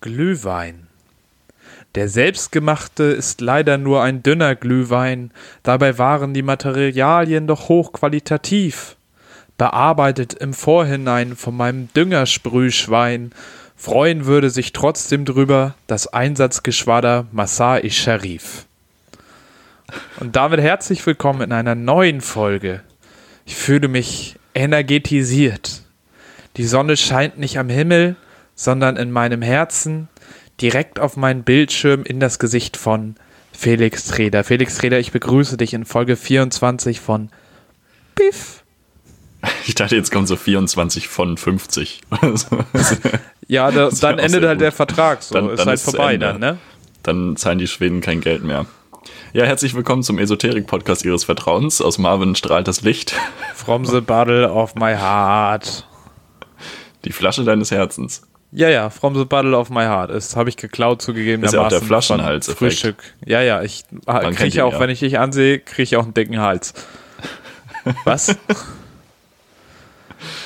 Glühwein. Der selbstgemachte ist leider nur ein dünner Glühwein, dabei waren die Materialien doch hochqualitativ. Bearbeitet im Vorhinein von meinem Düngersprühschwein, freuen würde sich trotzdem drüber das Einsatzgeschwader Massai Sharif. Und damit herzlich willkommen in einer neuen Folge. Ich fühle mich energetisiert. Die Sonne scheint nicht am Himmel, sondern in meinem Herzen direkt auf meinen Bildschirm in das Gesicht von Felix Treder. Felix Treder, ich begrüße dich in Folge 24 von Biff. Ich dachte, jetzt kommen so 24 von 50. Ja, da, wär dann auch endet sehr halt gut. der Vertrag, so Dann- ist dann halt ist's zu vorbei Ende. dann, ne? Dann zahlen die Schweden kein Geld mehr. Ja, herzlich willkommen zum Esoterik-Podcast Ihres Vertrauens. Aus Marvin strahlt das Licht. From the battle of my heart. Die Flasche deines Herzens. Ja, ja, From the Battle of My Heart. Das habe ich geklaut Ist zugegebenermaßen. ja auch der von Flaschenhals-Effekt. Frühstück. Ja, ja, ich ah, kennt ihn kriege auch, ja. wenn ich dich ansehe, kriege ich auch einen dicken Hals. Was?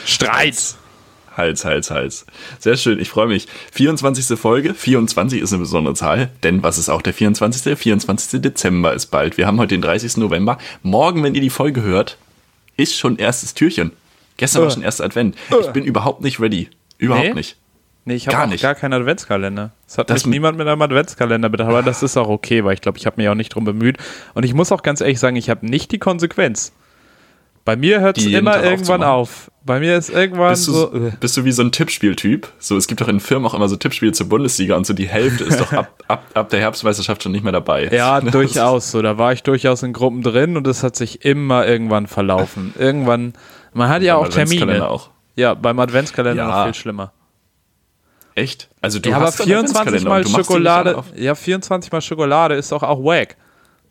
Streit! Hals, Hals, Hals. Sehr schön, ich freue mich. 24. Folge. 24 ist eine besondere Zahl, denn was ist auch der 24.? Der 24. Dezember ist bald. Wir haben heute den 30. November. Morgen, wenn ihr die Folge hört, ist schon erstes Türchen. Gestern war Äh. schon erster Advent. Ich bin überhaupt nicht ready. Überhaupt Nee? nicht. Nee, ich habe Gar auch nicht. gar keinen Adventskalender. Es hat Das mich niemand mit einem Adventskalender bedacht, aber das ist auch okay, weil ich glaube, ich habe mich auch nicht drum bemüht. Und ich muss auch ganz ehrlich sagen, ich habe nicht die Konsequenz. Bei mir hört es Die jeden immer Tag irgendwann auf. aufzumachen. Bei mir ist irgendwann Bist du, so. äh. bist du wie so ein Tippspieltyp? So, es gibt doch in Firmen auch immer so Tippspiele zur Bundesliga und so die Hälfte ist doch ab, ab, ab der Herbstmeisterschaft schon nicht mehr dabei. Ja, Das- durchaus so. Da war ich durchaus in Gruppen drin und es hat sich immer irgendwann verlaufen. Irgendwann, man hat ja beim auch Termine. Adventskalender auch. Ja, beim Adventskalender Ja. noch viel schlimmer. Echt? Also du ja, aber hast doch einen 24 Adventskalender mal und du machst die nicht alle Schokolade, auf. ja, 24 mal Schokolade ist doch auch wack.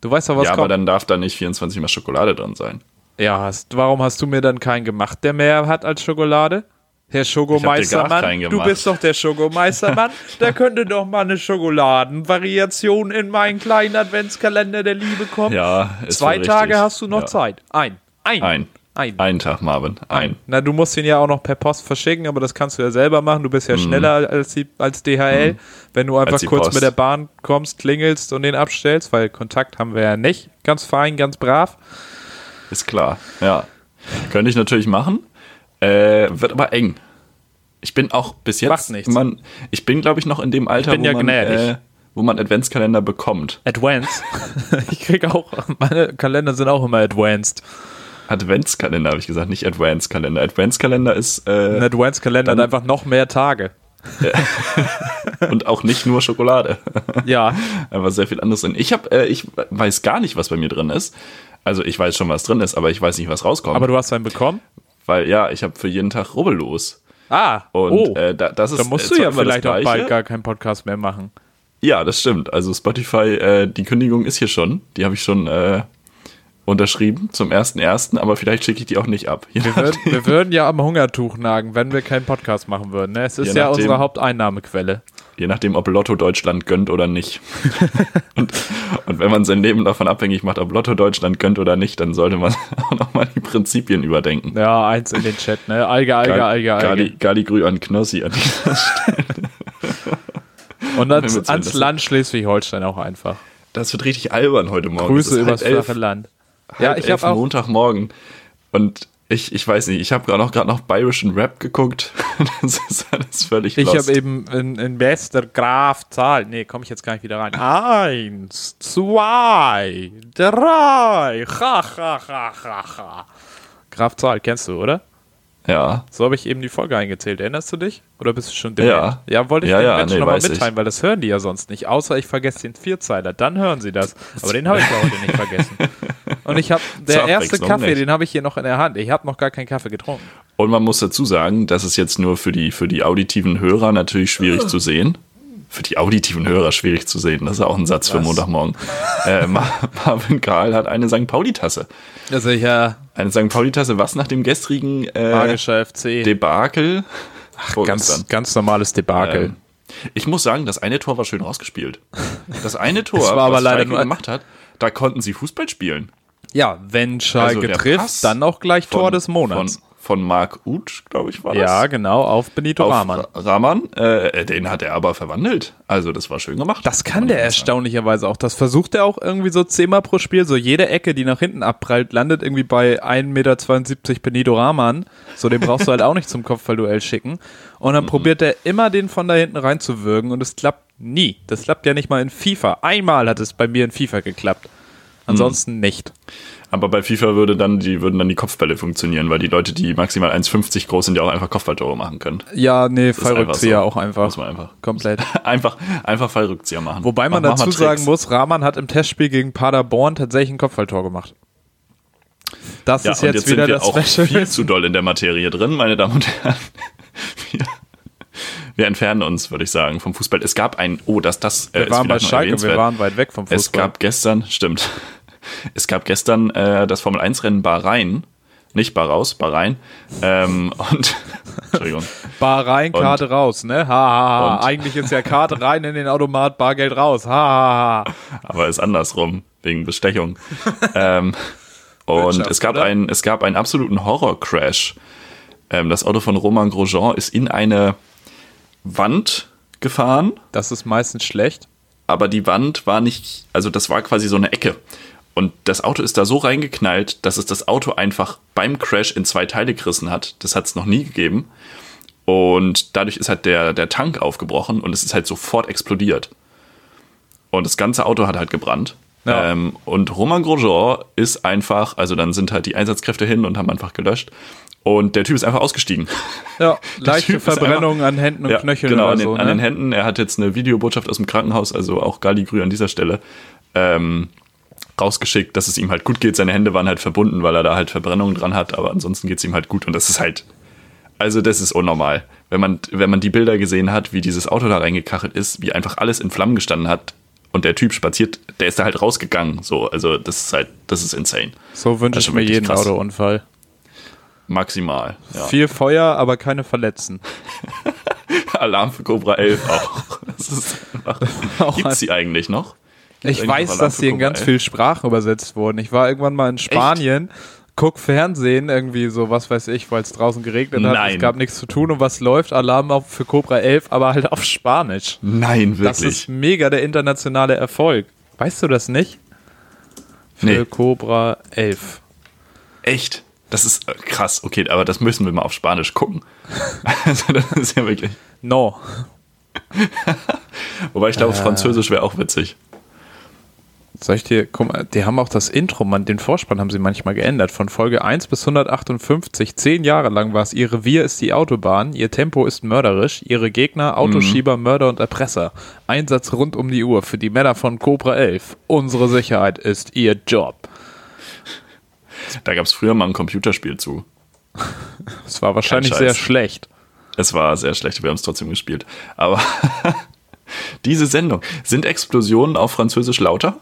Du weißt doch, was Ja, aber kommt. dann darf da nicht 24 mal Schokolade drin sein. ja, hast, warum hast du mir dann keinen gemacht, der mehr hat als Schokolade? Herr gar Schogomeistermann, keinen du gemacht. bist doch der Schogomeistermann. da könnte doch mal eine Schokoladenvariation in meinen kleinen Adventskalender der Liebe kommen. Ja, ist Zwei wohl Tage richtig. hast du noch Ja. Zeit. Ein. Ein. Ein. Ein. Einen Tag, Marvin. Ein. Na, du musst ihn ja auch noch per Post verschicken, aber das kannst du ja selber machen. Du bist ja schneller als, die, als DHL, wenn du einfach Mhm. die kurz Post. mit der Bahn kommst, klingelst und den abstellst, weil Kontakt haben wir ja nicht. Ganz fein, ganz brav. Ist klar. Ja. Könnte ich natürlich machen. Äh, wird aber eng. Ich bin auch bis jetzt. Macht nichts. Man, ich bin, glaube ich, noch in dem Alter, bin wo, ja man, gnädig. äh, wo man Adventskalender bekommt. Advanced. ich krieg auch, meine Kalender sind auch immer advanced. Adventskalender, habe ich gesagt, nicht Adventskalender. Adventskalender ist Ein äh, Advanced-Kalender hat Dann- einfach noch mehr Tage. und auch nicht nur Schokolade. Ja. Aber sehr viel anderes drin. Ich habe, äh, ich weiß gar nicht, was bei mir drin ist. Also ich weiß schon, was drin ist, aber ich weiß nicht, was rauskommt. Aber du hast einen bekommen? weil ja, ich habe für jeden Tag rubbellos. Ah, Und oh. äh, da, das ist dann musst äh, du ja zwar immer das vielleicht auch Gleiche. bald gar keinen Podcast mehr machen. Ja, das stimmt. Also Spotify, äh, die Kündigung ist hier schon. Die habe ich schon äh, unterschrieben zum 1.1., aber vielleicht schicke ich die auch nicht ab. Je Wir würden, wir würden ja am Hungertuch nagen, wenn wir keinen Podcast machen würden. Ne? Es ist Je ja nachdem. unsere Haupteinnahmequelle. Je nachdem, ob Lotto Deutschland gönnt oder nicht. und, und wenn man sein Leben davon abhängig macht, ob Lotto Deutschland gönnt oder nicht, dann sollte man auch nochmal die Prinzipien überdenken. Ja, eins in den Chat, ne? Alge, Alge, Alge, Alge. Gali, Gali Grü an Knossi. An dieser Stelle. Und Wenn wir ans, ans uns einlassen. Land Schleswig-Holstein auch einfach. Das wird richtig albern heute Morgen. Es Grüße ist übers halb elf. flache Land. ja, ich elf hab Montagmorgen. Und ich, ich weiß nicht, ich habe gerade noch, grad noch bayerischen Rap geguckt. Das ist alles völlig Ich lost. habe eben in, in bester Graf Zahl. Nee, komme ich jetzt gar nicht wieder rein. Eins, zwei, drei. Ha, ha, ha, ha, ha. Graf Zahl, kennst du, oder? ja, So habe ich eben die Folge eingezählt. Erinnerst du dich? Oder bist du schon dement? Ja. Ja, wollte ich Ja, den ja, Menschen nee, nochmal weiß ich. mitteilen, weil das hören die ja sonst nicht. Außer ich vergesse den Vierzeiler, dann hören sie das. Aber den habe ich ja heute nicht vergessen. Und ich habe, der Zur erste Abwechslung Kaffee, nicht. den habe ich hier noch in der Hand. Ich habe noch gar keinen Kaffee getrunken. und man muss dazu sagen, das ist jetzt nur für die, für die auditiven Hörer natürlich schwierig zu sehen. Für die auditiven Hörer schwierig zu sehen. Das ist auch ein Satz für Montagmorgen. äh, Mar Marvin Karl hat eine St. Pauli-Tasse. Also ich, ja, Eine St. Pauli-Tasse, was nach dem gestrigen äh, magischer FC. Debakel. Ach, Ganz, ganz normales Debakel. Ähm, ich muss sagen, das eine Tor war schön rausgespielt. Das eine Tor, war aber was leider Schalke nur- gemacht hat, da konnten sie Fußball spielen. ja, wenn Schalke also der trifft, Pass dann auch gleich Von- Tor des Monats. Von, von Mark Uth, glaube ich, war das. Ja, genau, auf Benito Auf Rahman. Ra- Rahman, äh, den hat er aber verwandelt. Also das war schön gemacht. Das man kann der ganz sagen. erstaunlicherweise auch. Das versucht er auch irgendwie so zehnmal pro Spiel. So jede Ecke, die nach hinten abprallt, landet irgendwie bei 1,72 Meter Benito Rahman. So den brauchst du halt auch nicht zum Kopfballduell schicken. Und dann probiert er immer den von da hinten reinzuwürgen und es klappt nie. Das klappt ja nicht mal in FIFA. Einmal hat es bei mir in FIFA geklappt. Mhm. Ansonsten nicht. Aber bei FIFA würde dann die, würden dann die Kopfbälle funktionieren, weil die Leute, die maximal 1,50 groß sind, ja auch einfach Kopfballtore machen können. Ja, nee, ist einfach Fallrückzieher so. auch einfach. Muss man einfach. Komplett. Einfach, einfach Fallrückzieher machen. Äh, Wobei man Mach- mach mal dazu Tricks. sagen muss, Rahman hat im Testspiel gegen Paderborn tatsächlich ein Kopfballtor gemacht. Das ja, ist und jetzt, jetzt wieder sind wir das auch Special. viel zu doll in der Materie drin, meine Damen und Herren. Wir, wir entfernen uns, würde ich sagen, vom Fußball. Es gab ein, oh, das, das äh, Wir waren bei vielleicht noch Schalke, wir erwähnenswert. waren weit weg vom Fußball. Es gab gestern, stimmt, es gab gestern äh, das Formel-1-Rennen Bahrain, nicht Bahraus, Bahrain. Ähm, und, Entschuldigung. Bar rein, Karte raus, ne? Ha, ha, ha. Und- Eigentlich ist ja Karte rein in den Automat, Bargeld raus. Ha, ha, ha. aber ist andersrum, wegen Bestechung. ähm, und Wirtschaft, es gab, oder? einen, es gab einen absoluten Horror-Crash. Ähm, das Auto von Roman Grosjean ist in eine Wand gefahren, Das ist meistens schlecht. aber die Wand war nicht, also das war quasi so eine Ecke. Und das Auto ist da so reingeknallt, dass es das Auto einfach beim Crash in zwei Teile gerissen hat. Das hat es noch nie gegeben. Und dadurch ist halt der, der Tank aufgebrochen und es ist halt sofort explodiert. Und das ganze Auto hat halt gebrannt. Ja. Ähm, und Roman Grosjean ist einfach, also dann sind halt die Einsatzkräfte hin und haben einfach gelöscht. Und der Typ ist einfach ausgestiegen. Ja, Der leichte Typ ist Verbrennungen einfach- an Händen und Ja, Knöcheln Genau, oder an den, so. an den ne? Händen. Er hat jetzt eine Videobotschaft aus dem Krankenhaus, also auch Galigrü an dieser Stelle, ähm, rausgeschickt, dass es ihm halt gut geht. Seine Hände waren halt verbunden, weil er da halt Verbrennungen dran hat, aber ansonsten geht es ihm halt gut und das ist halt. Also, das ist unnormal. Wenn man, wenn man die Bilder gesehen hat, wie dieses Auto da reingekachelt ist, wie einfach alles in Flammen gestanden hat und der Typ spaziert, der ist da halt rausgegangen. So, also das ist halt, das ist insane. So wünsche Das ist ich schon mir wirklich jeden krass. Autounfall. Maximal. Ja. Viel Feuer, aber keine Verletzten. Alarm für Cobra 11 auch. Das ist einfach, Auch gibt's die eigentlich noch? Ich Eigentlich noch weiß, Alarm dass für sie in Cobra ganz 11? viel Sprachen übersetzt wurden. Ich war irgendwann mal in Spanien, guck Fernsehen, irgendwie so, was weiß ich, weil es draußen geregnet hat, Nein. es gab nichts zu tun und was läuft, Alarm auf für Cobra 11, aber halt auf Spanisch. Nein, Das ist mega der internationale Erfolg. Weißt du das nicht? Für Nee. Cobra 11. Echt? Das ist äh, krass. Okay, aber das müssen wir mal auf Spanisch gucken. Also, das ist ja wirklich. No. Wobei ich Ah. glaube, Französisch wäre auch witzig. Soll ich dir, guck mal, die haben auch das Intro, man, den Vorspann haben sie manchmal geändert. Von Folge 1 bis 158, zehn Jahre lang war es, ihr Revier ist die Autobahn, ihr Tempo ist mörderisch, ihre Gegner Autoschieber, Mhm. Mörder und Erpresser. Einsatz rund um die Uhr für die Männer von Cobra 11. Unsere Sicherheit ist ihr Job. Da gab es früher mal ein Computerspiel zu. Es war wahrscheinlich Scheiß. sehr schlecht. Es war sehr schlecht, wir haben es trotzdem gespielt. Aber diese Sendung. Sind Explosionen auf Französisch lauter?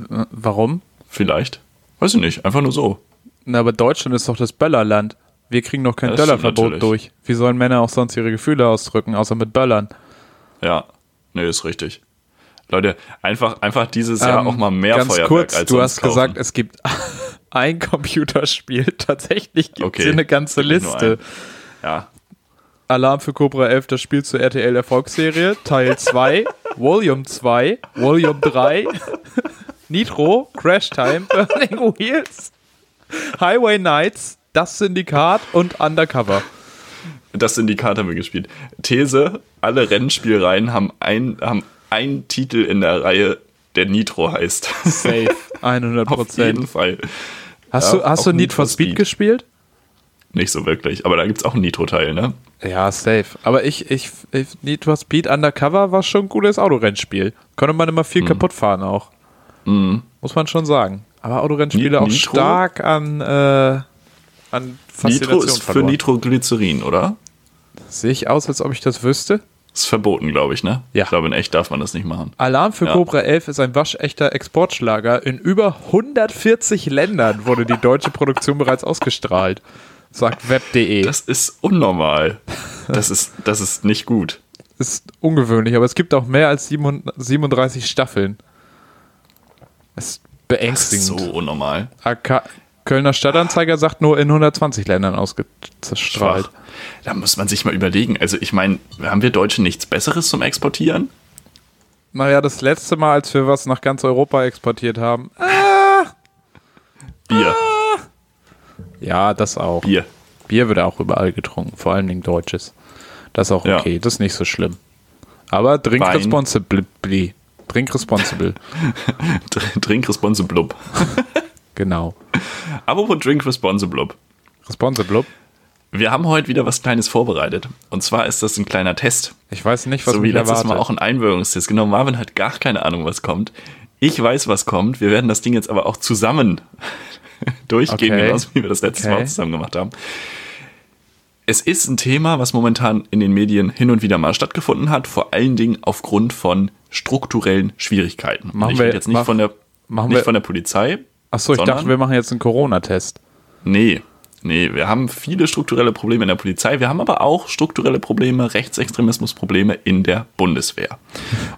Äh, Warum? Vielleicht. Weiß ich nicht, einfach nur so. Na, aber Deutschland ist doch das Böllerland. Wir kriegen doch kein Ja, das stimmt Böllerverbot natürlich. durch. Wie sollen Männer auch sonst ihre Gefühle ausdrücken, außer mit Böllern? Ja. Nee, ist richtig. Leute, einfach, einfach dieses Jahr Ähm, auch mal mehr Ganz Feuerwerk kurz, als du sonst hast kaufen. gesagt, es gibt ein Computerspiel. Tatsächlich gibt es Okay, hier eine ganze wirklich nur Liste. Ja. Alarm für Cobra 11, das Spiel zur RTL Erfolgsserie, Teil 2, Volume 2, Volume 3, Nitro, Crash Time, Burning Wheels, Highway Nights, Das Syndikat und Undercover. Das Syndikat haben wir gespielt. These, alle Rennspielreihen haben, ein, haben einen Titel in der Reihe, der Nitro heißt. Safe. 100 Auf jeden Prozent. Fall. Hast du, Ja, hast auch du Need for Speed gespielt? Nicht so wirklich. Aber da gibt es auch einen Nitro-Teil, ne? Ja, safe. Aber ich, ich, ich, Need for Speed Undercover war schon ein gutes Autorennspiel. Konnte man immer viel Mhm. kaputt fahren auch. Muss man schon sagen. Aber Autorennspiele Ni- auch Nitro? stark an, äh, an Faszination Nitro ist für verloren. Nitroglycerin, oder? Sehe ich aus, als ob ich das wüsste? Ist verboten, glaube ich, ne? Ja. Ich glaube, in echt darf man das nicht machen. Alarm für Ja. Cobra 11 ist ein waschechter Exportschlager. In über 140 Ländern wurde die deutsche Produktion bereits ausgestrahlt, sagt web.de. Das ist unnormal. Das ist, das ist nicht gut. ist ungewöhnlich, aber es gibt auch mehr als 37 Staffeln. Das ist Das ist beängstigend. so unnormal. AK Kölner Stadtanzeiger sagt nur in 120 Ländern ausgestrahlt. Schwach. Da muss man sich mal überlegen. Also ich meine, haben wir Deutsche nichts Besseres zum Exportieren? Naja, das letzte Mal, als wir was nach ganz Europa exportiert haben. Bier. Ah. Ja, das auch. Bier. Bier wird auch überall getrunken, vor allem deutsches. Das ist auch Ja. okay, das ist nicht so schlimm. Aber drink Wein. responsibly. Drink responsible, Tr- Drink responsible. genau. Apropos Drink responsible. Responsible. Wir haben heute wieder was Kleines vorbereitet. Und zwar ist das ein kleiner Test. Ich weiß nicht, was so wie mich letztes erwartet. Mal auch ein Einwirkungstest. Genau, Marvin hat gar keine Ahnung, was kommt. Ich weiß, was kommt. Wir werden das Ding jetzt aber auch zusammen durchgehen, Okay. genauso wie wir das letztes Okay. Mal auch zusammen gemacht haben. Es ist ein Thema, was momentan in den Medien hin und wieder mal stattgefunden hat, vor allen Dingen aufgrund von strukturellen Schwierigkeiten. Und Machen ich wir- rede jetzt nicht, mach- von, der, machen nicht wir- von der Polizei. Achso, ich sondern- dachte, wir machen jetzt einen Corona-Test. Nee, nee, wir haben viele strukturelle Probleme in der Polizei, wir haben aber auch strukturelle Probleme, Rechtsextremismusprobleme in der Bundeswehr.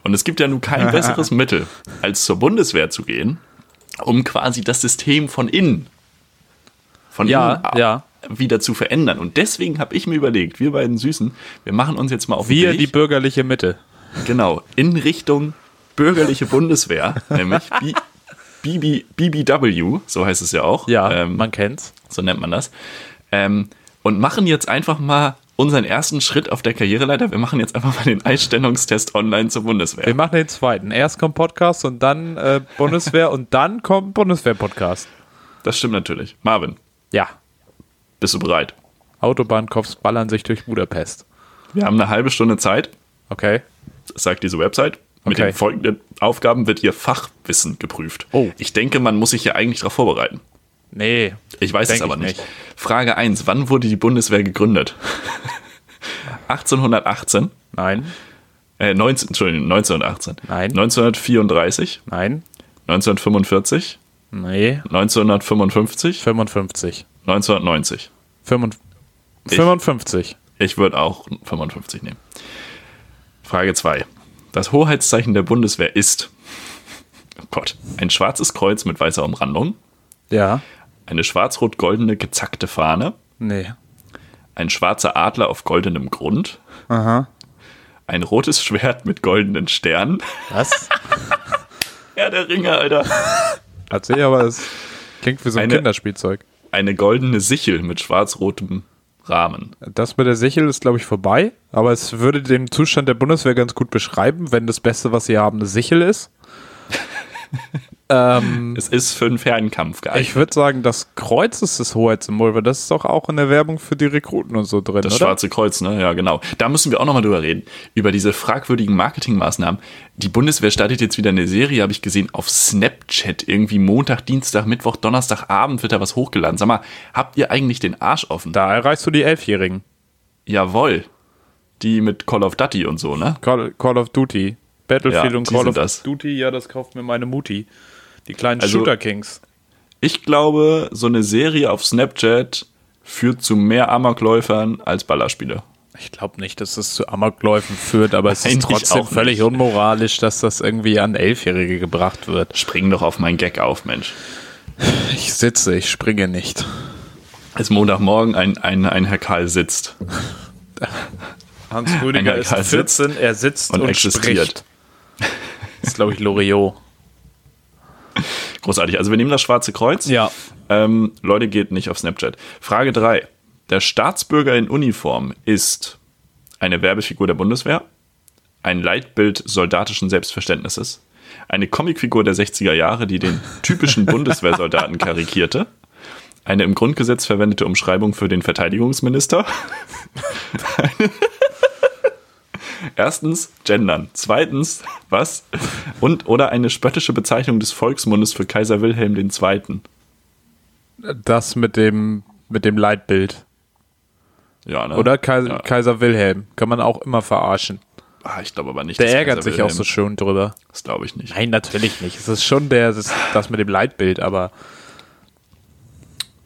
Und es gibt ja nun kein besseres Mittel, als zur Bundeswehr zu gehen, um quasi das System von innen, von Ja, innen ab- ja. wieder zu verändern. Und deswegen habe ich mir überlegt, wir beiden Süßen, wir machen uns jetzt mal auf den Wir, Weg. die bürgerliche Mitte. Genau, in Richtung bürgerliche Bundeswehr, nämlich B BB BBW, so heißt es ja auch. Ja, Ähm, man kennt's. so nennt man das. Ähm, und machen jetzt einfach mal unseren ersten Schritt auf der Karriereleiter. Wir machen jetzt einfach mal den Einstellungstest online zur Bundeswehr. Wir machen den zweiten. Erst kommt Podcast und dann äh, Bundeswehr und dann kommt Bundeswehr-Podcast. Das stimmt natürlich. Marvin, Ja. bist du bereit? Autobahnkops ballern sich durch Budapest. Wir haben eine halbe Stunde Zeit, Okay. sagt diese Website. Mit Okay. den folgenden Aufgaben wird hier Fachwissen geprüft. Oh. Ich denke, man muss sich hier eigentlich darauf vorbereiten. Nee. Ich weiß Denk es aber ich nicht. nicht. Frage 1. Wann wurde die Bundeswehr gegründet? 1818, Nein. äh, 19, Entschuldigung, 1918. Nein. 1934, Nein. 1945, Nee. 1955, 55. 1990. Fünfund- 55. Ich würde auch 55 nehmen. Frage 2. Das Hoheitszeichen der Bundeswehr ist, oh Gott, ein schwarzes Kreuz mit weißer Umrandung, Ja. eine schwarz-rot-goldene gezackte Fahne, Nee. ein schwarzer Adler auf goldenem Grund, Aha. ein rotes Schwert mit goldenen Sternen. Was? Ja, der Ringe, Alter. Hat sie, aber es klingt wie so ein Eine- Kinderspielzeug. Eine goldene Sichel mit schwarz-rotem Rahmen. Das mit der Sichel ist, glaube ich, vorbei. Aber es würde den Zustand der Bundeswehr ganz gut beschreiben, wenn das Beste, was sie haben, eine Sichel ist. Es ist für einen Fernkampf geeignet. Ich würde sagen, das Kreuz ist das Hoheitssymbol, weil das ist doch auch in der Werbung für die Rekruten und so drin, Das oder? Schwarze Kreuz, ne? Ja, genau. Da müssen wir auch nochmal drüber reden. Über diese fragwürdigen Marketingmaßnahmen. Die Bundeswehr startet jetzt wieder eine Serie, habe ich gesehen, auf Snapchat. Irgendwie Montag, Dienstag, Mittwoch, Donnerstagabend wird da was hochgeladen. Sag mal, habt ihr eigentlich den Arsch offen? Da. Da erreichst du die Elfjährigen. Jawohl. Die mit Call of Duty und so, ne? Call, Call of Duty. Battlefield Ja, und die Call sind of das. Duty, ja, das kauft mir meine Mutti. Die kleinen Also- Shooter Kings. Ich glaube, so eine Serie auf Snapchat führt zu mehr Amokläufern als Ballerspiele. Ich glaube nicht, dass das zu Amokläufen führt, aber es ist Eigentlich trotzdem auch nicht. völlig unmoralisch, dass das irgendwie an Elfjährige gebracht wird. Spring doch auf meinen Gag auf, Mensch. Ich sitze, ich springe nicht. Es ist Montagmorgen, ein, ein, ein Herr Karl sitzt. Hans Rüdiger Ein ist Karl sitzt 14, er sitzt und, und existiert. spricht. Das ist, glaube ich, Loriot. Großartig. Also wir nehmen das Schwarze Kreuz. Ja. Ähm, Leute, geht nicht auf Snapchat. Frage 3. Der Staatsbürger in Uniform ist eine Werbefigur der Bundeswehr, ein Leitbild soldatischen Selbstverständnisses, eine Comicfigur der 60er Jahre, die den typischen Bundeswehrsoldaten karikierte, eine im Grundgesetz verwendete Umschreibung für den Verteidigungsminister. Erstens, gendern. Zweitens, was? Und oder eine spöttische Bezeichnung des Volksmundes für Kaiser Wilhelm II. Das mit dem, mit dem Leitbild. Ja, ne? Oder Kai, Ja. Kaiser Wilhelm. Kann man auch immer verarschen. Ah, ich glaube aber nicht. Der dass ärgert Kaiser sich Wilhelm- auch so schön drüber. Das glaube ich nicht. Nein, natürlich nicht. Es ist schon der, das, das mit dem Leitbild, aber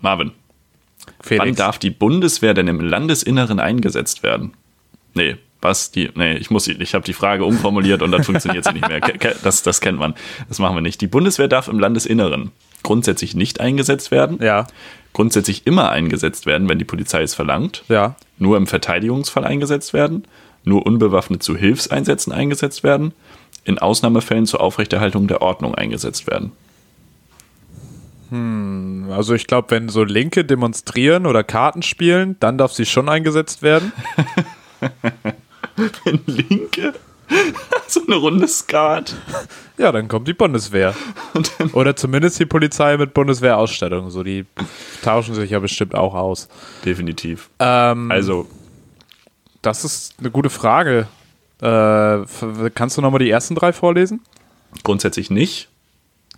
Marvin, wann Felix. darf die Bundeswehr denn im Landesinneren eingesetzt werden? Nee, was? Die, nee, ich muss, ich habe die Frage umformuliert und dann funktioniert sie nicht mehr. Ke- ke- Das, das kennt man. Das machen wir nicht. Die Bundeswehr darf im Landesinneren grundsätzlich nicht eingesetzt werden, Ja, grundsätzlich immer eingesetzt werden, wenn die Polizei es verlangt, ja, nur im Verteidigungsfall eingesetzt werden, nur unbewaffnet zu Hilfseinsätzen eingesetzt werden, in Ausnahmefällen zur Aufrechterhaltung der Ordnung eingesetzt werden. also ich glaube, wenn so Linke demonstrieren oder Karten spielen, dann darf sie schon eingesetzt werden. Wenn Linke so eine Runde Skat Ja, dann kommt die Bundeswehr. Oder zumindest die Polizei mit Bundeswehrausstattung. So, die tauschen sich ja bestimmt auch aus. Definitiv. Ähm, Also, das ist eine gute Frage. Äh, f- kannst du nochmal die ersten drei vorlesen? grundsätzlich nicht.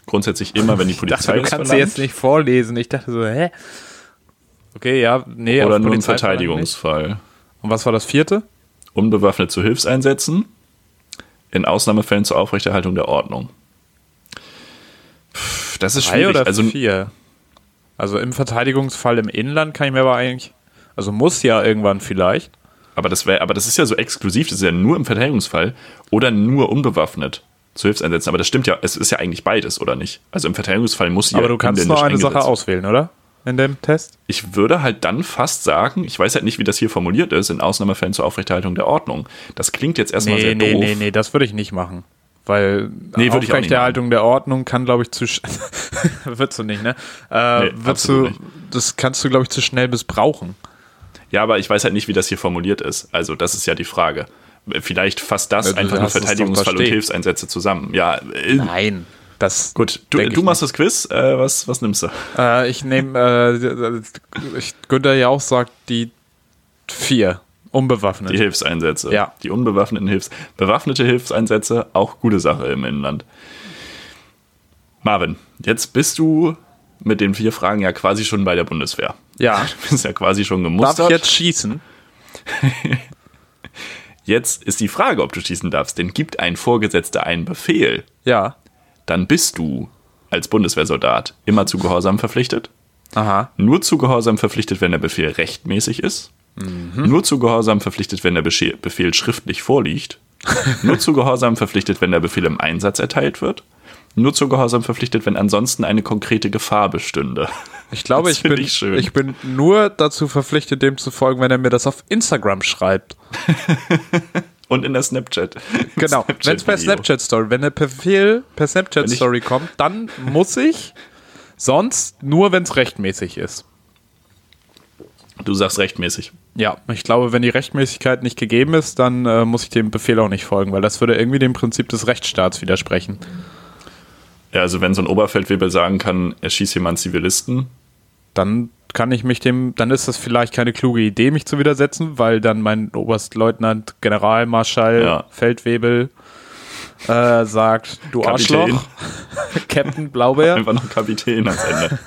Grundsätzlich immer, wenn die Polizei es verlangt. nicht vorlesen. Ich dachte so, hä? Okay, ja, nee. oder aber nur im Polizei verlangt nicht. Verteidigungsfall. Und was war das vierte? Unbewaffnet zu Hilfseinsätzen. In Ausnahmefällen zur Aufrechterhaltung der Ordnung. Pff, das ist Drei schwierig. oder Also, vier? Also im Verteidigungsfall im Inland kann ich mir aber eigentlich. Also muss ja irgendwann vielleicht. aber, das wär, aber das ist ja so exklusiv, das ist ja nur im Verteidigungsfall oder nur unbewaffnet zu Hilfseinsätzen. Aber das stimmt ja, es ist ja eigentlich beides, oder nicht? Also im Verteidigungsfall muss ja Aber du kannst nur eine inländisch Sache eingesetzt auswählen, oder? In dem Test? Ich würde halt dann fast sagen, ich weiß halt nicht, wie das hier formuliert ist, in Ausnahmefällen zur Aufrechterhaltung der Ordnung. Das klingt jetzt erstmal Nee, sehr nee, doof. nee, nee, das würde ich nicht machen. Weil Nee, würd ich auch nicht Aufrechterhaltung der Ordnung kann, glaube ich, zu. sch- Würdest du nicht, ne? Äh, Nee, würdest absolut du, nicht. Das kannst du, glaube ich, zu schnell missbrauchen. Ja, aber ich weiß halt nicht, wie das hier formuliert ist. Also, das ist ja die Frage. Vielleicht fasst das Ja, Also, du einfach nur hast es doch Verteidigungsfall und verstehen. Hilfseinsätze zusammen. Ja, äh, Nein. Das gut. Du, denk du ich machst das Quiz. Äh, was, was nimmst du? Äh, ich nehme, äh, ich, Günther ja auch sagt, die vier. Unbewaffnet. Die Hilfseinsätze. Ja. Die unbewaffneten Hilfs. Bewaffnete Hilfseinsätze, auch gute Sache im Inland. Marvin, jetzt bist du mit den vier Fragen ja quasi schon bei der Bundeswehr. Ja. Du bist ja quasi schon Darf ich gemustert. jetzt schießen? Jetzt ist die Frage, ob du schießen darfst, denn gibt ein Vorgesetzter einen Befehl, Ja. dann bist du als Bundeswehrsoldat immer zu Gehorsam verpflichtet. Aha. Nur zu Gehorsam verpflichtet, wenn der Befehl rechtmäßig ist. Mhm. Nur zu Gehorsam verpflichtet, wenn der Besche- Befehl schriftlich vorliegt. Nur zu Gehorsam verpflichtet, wenn der Befehl im Einsatz erteilt wird. Nur zu Gehorsam verpflichtet, wenn ansonsten eine konkrete Gefahr bestünde. Ich glaube, Das ich find bin, ich schön. ich bin nur dazu verpflichtet, dem zu folgen, wenn er mir das auf Instagram schreibt. Und in der Snapchat. Genau. Wenn es per Snapchat-Video. Snapchat Story, wenn der Befehl per Snapchat Wenn ich- Story kommt, dann muss ich. Sonst nur, wenn es rechtmäßig ist. Du sagst rechtmäßig. Ja, ich glaube, wenn die Rechtmäßigkeit nicht gegeben ist, dann äh, muss ich dem Befehl auch nicht folgen, weil das würde irgendwie dem Prinzip des Rechtsstaats widersprechen. Ja, also wenn so ein Oberfeldwebel sagen kann, er schießt jemanden Zivilisten, Dann kann ich mich dem, dann ist das vielleicht keine kluge Idee, mich zu widersetzen, weil dann mein Oberstleutnant, Generalmarschall, Ja. Feldwebel äh, sagt, du Kapitän. Arschloch, Captain Blaubeer. einfach noch Kapitän ans Ende.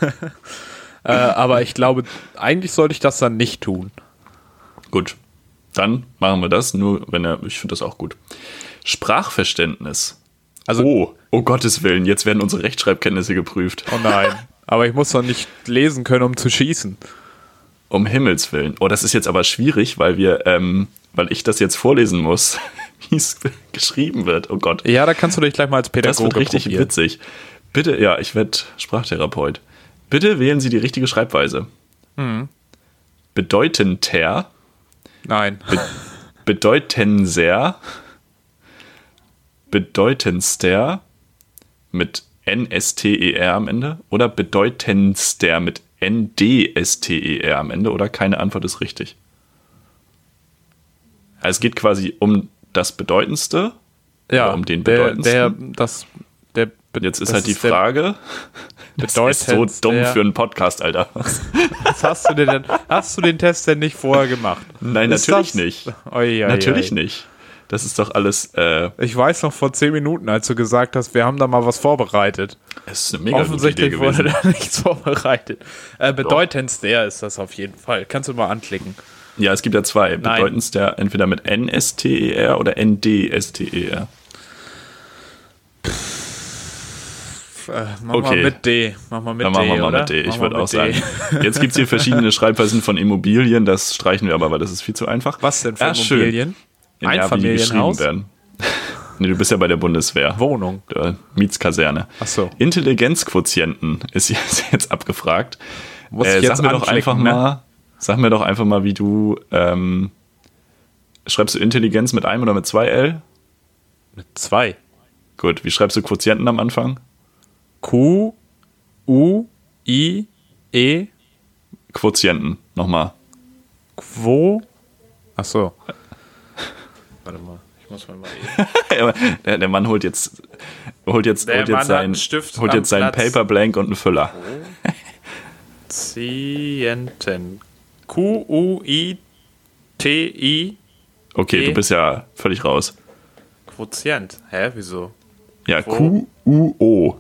äh, aber ich glaube, eigentlich sollte ich das dann nicht tun. Gut, dann machen wir das, nur wenn er, ich finde das auch gut. Sprachverständnis. Also- oh, oh Gottes Willen, jetzt werden unsere Rechtschreibkenntnisse geprüft. Oh nein. aber ich muss doch nicht lesen können, um zu schießen. Um Himmels Willen. Oh, das ist jetzt aber schwierig, weil wir, ähm, weil ich das jetzt vorlesen muss, wie es geschrieben wird. Oh Gott. Ja, da kannst du dich gleich mal als Das Pädagoge wird richtig probieren. witzig. Bitte, ja, ich werde Sprachtherapeut. Bitte wählen Sie die richtige Schreibweise. Mhm. Bedeutender, Nein. bedeutender, bedeutendster mit N-S-T-E-R E am Ende oder bedeutendster mit N-D-S-T-E-R E am Ende oder keine Antwort ist richtig. Also es geht quasi um das Bedeutendste. ja, um den der, der, bedeutendsten. das, der, be- Jetzt ist das halt die der Frage. Das ist so bedeutendste- dumm für einen Podcast, Alter. Was hast du dir denn, hast du den Test denn nicht vorher gemacht? Nein, Ist natürlich das- nicht. Oi, oi, Natürlich oi. nicht. Das ist doch alles. Äh, Ich weiß noch vor zehn Minuten, als du gesagt hast, wir haben da mal was vorbereitet. es ist eine mega gute Idee Offensichtlich gewesen. wurde da nichts vorbereitet. Äh, bedeutendster ist das auf jeden Fall. Kannst du mal anklicken. Ja, es gibt ja zwei. Nein. Bedeutendster entweder mit NSTER E oder NDSTER. Äh, mach mal Okay. mit D. Mach mal mit Dann D. machen wir mal oder? mit D. Mach Ich mal würde mit auch D. sagen. Jetzt gibt es hier verschiedene Schreibweisen von Immobilien. Das streichen wir aber, weil das ist viel zu einfach. Was denn für Ja, schön. Immobilien? In Erbil, die geschrieben Einfamilienhaus? werden. Nee, du bist ja bei der Bundeswehr. Wohnung. Äh, Mietskaserne. Ach so. Intelligenzquotienten ist jetzt, jetzt abgefragt. Muss äh, ich jetzt sag mir doch anklicken, einfach ne? mal, sag mir doch einfach mal, wie du ähm, schreibst du Intelligenz mit einem oder mit zwei L? Mit zwei. Gut, wie schreibst du Quotienten am Anfang? Q, U, I, E, Quotienten, nochmal. Quo. Ach so. Warte mal. Ich muss mal der, der Mann holt jetzt, holt jetzt, Der Mann holt jetzt hat seinen, einen Stift holt am jetzt seinen Platz. Paper Blank und einen Füller. Quotienten. Q, U, I, T, I, Okay, Okay. du bist ja völlig raus. Quotient. Hä, wieso? Ja, Quo. Q-U-O.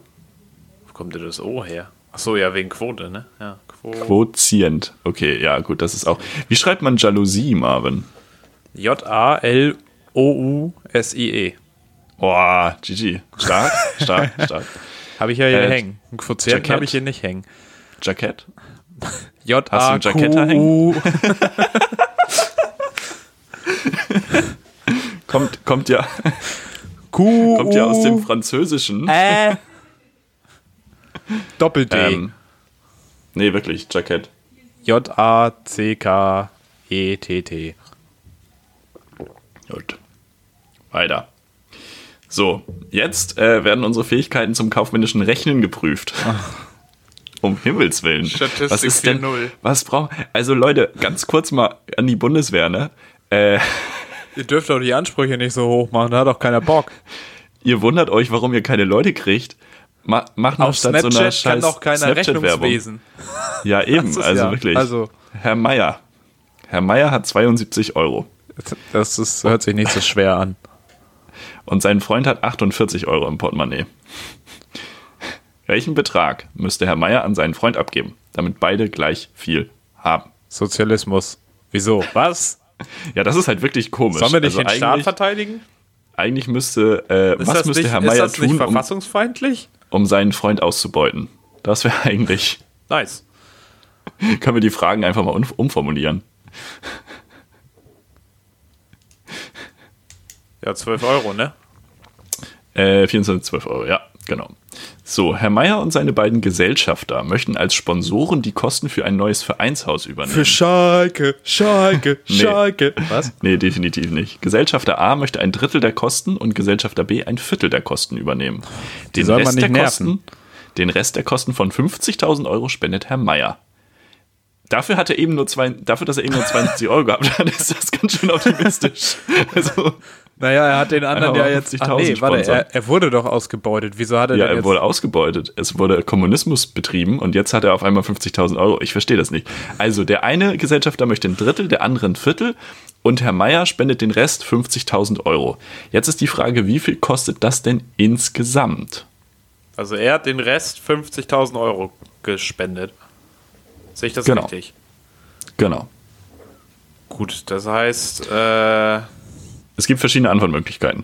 Wo kommt denn das O her? Ach so, ja, wegen Quote, ne? Ja, Quo. Quotient. Okay, ja, gut, das ist auch. Wie schreibt man Jalousie, Marvin? J, A, L, O, U, S, I, E. Boah, GG. Stark, stark, stark. Habe ich ja hier Äh, hängen. Ein Quotient Jackett. habe ich hier nicht hängen. Jackett? J, Hast du A, ein Q, Jackett da U. Kommt, kommt ja, Q, kommt ja aus dem Französischen. Äh. Doppel D. Ähm, nee, wirklich, Jackett. E J-A-C-K-E-T-T. Gut. Weiter. So, jetzt äh, werden unsere Fähigkeiten zum kaufmännischen Rechnen geprüft. Um Himmels Willen. Ah. Statistik was ist denn, 4.0. was braucht, also Leute, ganz kurz mal an die Bundeswehr, ne? Äh, Ihr dürft doch die Ansprüche nicht so hoch machen, da hat doch keiner Bock. ihr wundert euch, warum ihr keine Leute kriegt. Ma macht mal Auf statt so einer Snapchat scheiß kann doch keiner Snapchat-Werbung. Rechnungswesen. Ja, eben, ist also ja- wirklich. also- Herr Meier. Herr Meier hat 72 Euro. Das ist, hört sich nicht so schwer an. Und sein Freund hat 48 Euro im Portemonnaie. Welchen Betrag müsste Herr Meier an seinen Freund abgeben, damit beide gleich viel haben? Sozialismus. Wieso? Was? Ja, das ist halt wirklich komisch. Sollen wir nicht den Staat eigentlich, verteidigen? eigentlich müsste, äh, Ist was das müsste nicht, Herr ist Meier das nicht tun, um, verfassungsfeindlich? um seinen Freund auszubeuten? Das wäre eigentlich, Nice. können wir die Fragen einfach mal um, umformulieren. Ja, 12 Euro, ne? Äh, 24, 12 Euro, ja, genau. So, Herr Meier und seine beiden Gesellschafter möchten als Sponsoren die Kosten für ein neues Vereinshaus übernehmen. Für Schalke, Schalke, Schalke. Was? Nee, definitiv nicht. Gesellschafter A möchte ein Drittel der Kosten und Gesellschafter B ein Viertel der Kosten übernehmen. Den soll man nicht der nerven. Kosten, den Rest der Kosten von 50.000 Euro spendet Herr Meier. Dafür hat er eben nur zwei, dafür, dass er eben nur 20 Euro gehabt hat, ist das ganz schön optimistisch. Also, Naja, er hat den anderen Einfach ja mal jetzt. Ach 50.000 nee, warte, sponsern. er, er wurde doch ausgebeutet. Wieso hat er ja, denn er jetzt wurde ausgebeutet. Es wurde Kommunismus betrieben und jetzt hat er auf einmal 50.000 Euro. Ich verstehe das nicht. Also, der eine Gesellschafter möchte ein Drittel, der andere ein Viertel und Herr Meier spendet den Rest 50.000 Euro. Jetzt ist die Frage, wie viel kostet das denn insgesamt? Also er hat den Rest 50.000 Euro gespendet. Sehe ich das Genau. richtig? Genau. Gut, das heißt, äh, Es gibt verschiedene Antwortmöglichkeiten.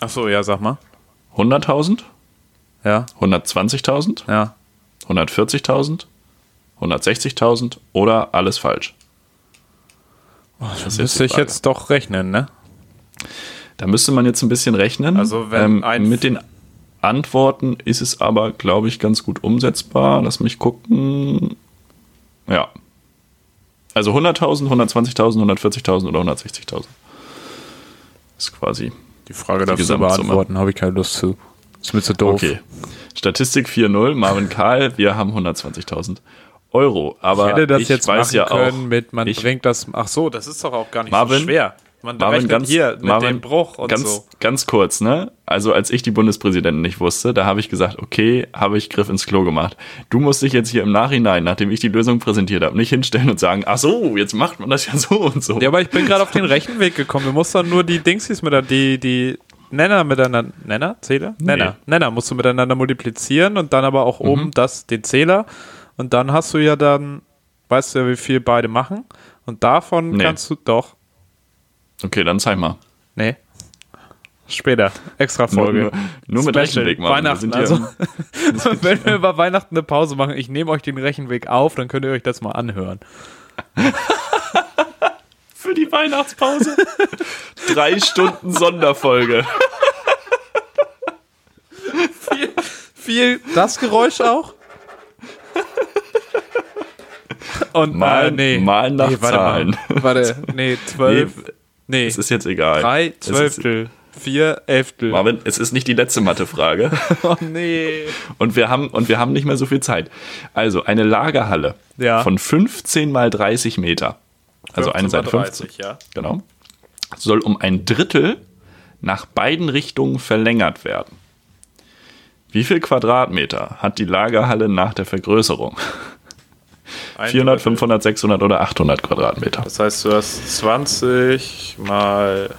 ach so, ja, sag mal. 100.000, Ja, 120.000, ja. 140.000, 160.000 oder alles falsch. das ist jetzt die Oh, Müsste ich Frage. jetzt doch rechnen, ne? Da müsste man jetzt ein bisschen rechnen. Ähm, Also wenn ein- mit den Antworten ist es aber, glaube ich, ganz gut umsetzbar. Lass mich gucken. Ja. Also 100.000, 120.000, 140.000 oder 160.000. Ist quasi. Die Frage darfst du Gesamtsumme. beantworten, habe ich keine Lust zu. Ist mir zu doof. Okay. Statistik 4.0, Marvin Karl, wir haben 120.000 Euro. Aber Ich hätte das jetzt weiß machen ja können auch, mit, man ich bringt das. Ach so, das ist doch auch gar nicht Marvin, so schwer. Man Marvin, rechnet ganz, hier mit Marvin, dem Bruch und ganz, so. Ganz kurz, ne? Also als ich die Bundespräsidenten nicht wusste, da habe ich gesagt, okay, habe ich Griff ins Klo gemacht. Du musst dich jetzt hier im Nachhinein, nachdem ich die Lösung präsentiert habe, nicht hinstellen und sagen, ach so, jetzt macht man das ja so und so. Ja, aber ich bin gerade auf den Rechenweg gekommen. Du musst dann nur die Dingsies miteinander, die, die Nenner miteinander, Nenner, Zähler? Nenner, Nenner musst du miteinander multiplizieren und dann aber auch oben das, den Zähler. Und dann hast du ja dann, weißt du ja, wie viel beide machen. Und davon Nee. kannst du doch, okay, dann zeig mal. nee, später, extra Nur, Folge. nur mit Special. Rechenweg, Weihnachten, Marvin. Wir sind also. hier- Wenn wir über Weihnachten eine Pause machen, ich nehme euch den Rechenweg auf, dann könnt ihr euch das mal anhören. Für die Weihnachtspause. Drei Stunden Sonderfolge. viel das Geräusch auch? Und Mal- äh, nee. mal nach nee, warte Zahlen. Mal. Warte, nee, zwölf. Nee, Nee, Es ist jetzt egal. drei Es Ist, Zwölftel, vier Elftel. Marvin, es ist nicht die letzte Mathefrage. Oh nee. Und wir haben, und wir haben nicht mehr so viel Zeit. Also, eine Lagerhalle Ja. von 15 mal 30 Meter. Also eine 15 mal Seite 15. 30, ja. Genau. Soll um ein Drittel nach beiden Richtungen verlängert werden. Wie viel Quadratmeter hat die Lagerhalle nach der Vergrößerung? Ein 400, Drittel. 500, 600 oder 800 Quadratmeter? Das heißt, du hast 20 mal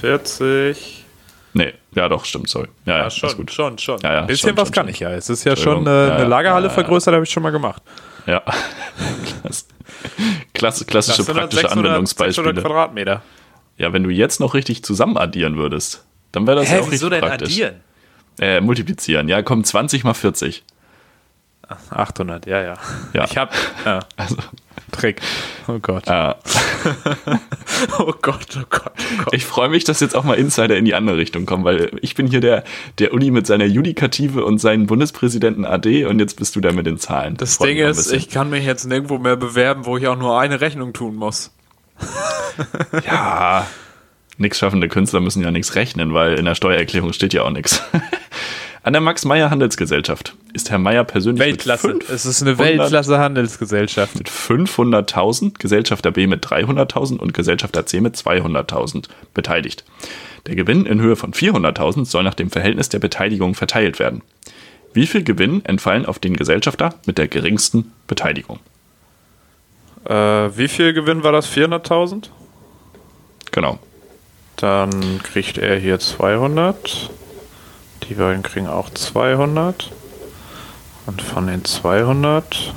40. Nee, ja doch, stimmt, sorry. Ja, ja, Ja, ist schon, gut. schon, schon. Ja, ja, Bisschen schon, was schon, kann schon. ich ja. Es ist ja schon äh, Entschuldigung. Ja, eine ja. Lagerhalle Ja, ja. vergrößert, habe ich schon mal gemacht. Ja. Klass- ne? Klass, klassische 600, praktische 600, Anwendungsbeispiele. 600 Quadratmeter. Ja, wenn du jetzt noch richtig zusammenaddieren würdest, dann wäre das ja auch richtig praktisch. Äh, multiplizieren. Ja, komm, 20 mal 40. 800, ja, ja. Ja. Ich hab ja, Also, Trick. Oh Gott. äh, Oh Gott, oh Gott, oh Gott. ich freue mich, dass jetzt auch mal Insider in die andere Richtung kommen, weil ich bin hier der, der Uni mit seiner Judikative und seinen Bundespräsidenten AD und jetzt bist du da mit den Zahlen. Das Freut Ding mich ein ist, bisschen. ich kann mich jetzt nirgendwo mehr bewerben, wo ich auch nur eine Rechnung tun muss. Ja, nix schaffende Künstler müssen ja nichts rechnen, weil in der Steuererklärung steht ja auch nichts. An der Max-Meyer-Handelsgesellschaft ist Herr Meyer persönlich mit, fünf, Es ist eine Weltklasse-Handelsgesellschaft. mit 500.000, Gesellschafter B mit 300.000 und Gesellschafter C mit 200.000 beteiligt. Der Gewinn in Höhe von 400.000 soll nach dem Verhältnis der Beteiligung verteilt werden. Wie viel Gewinn entfallen auf den Gesellschafter mit der geringsten Beteiligung? Äh, wie viel Gewinn war das? 400.000? Genau. Dann kriegt er hier 200. Die beiden kriegen auch 200. Und von den 200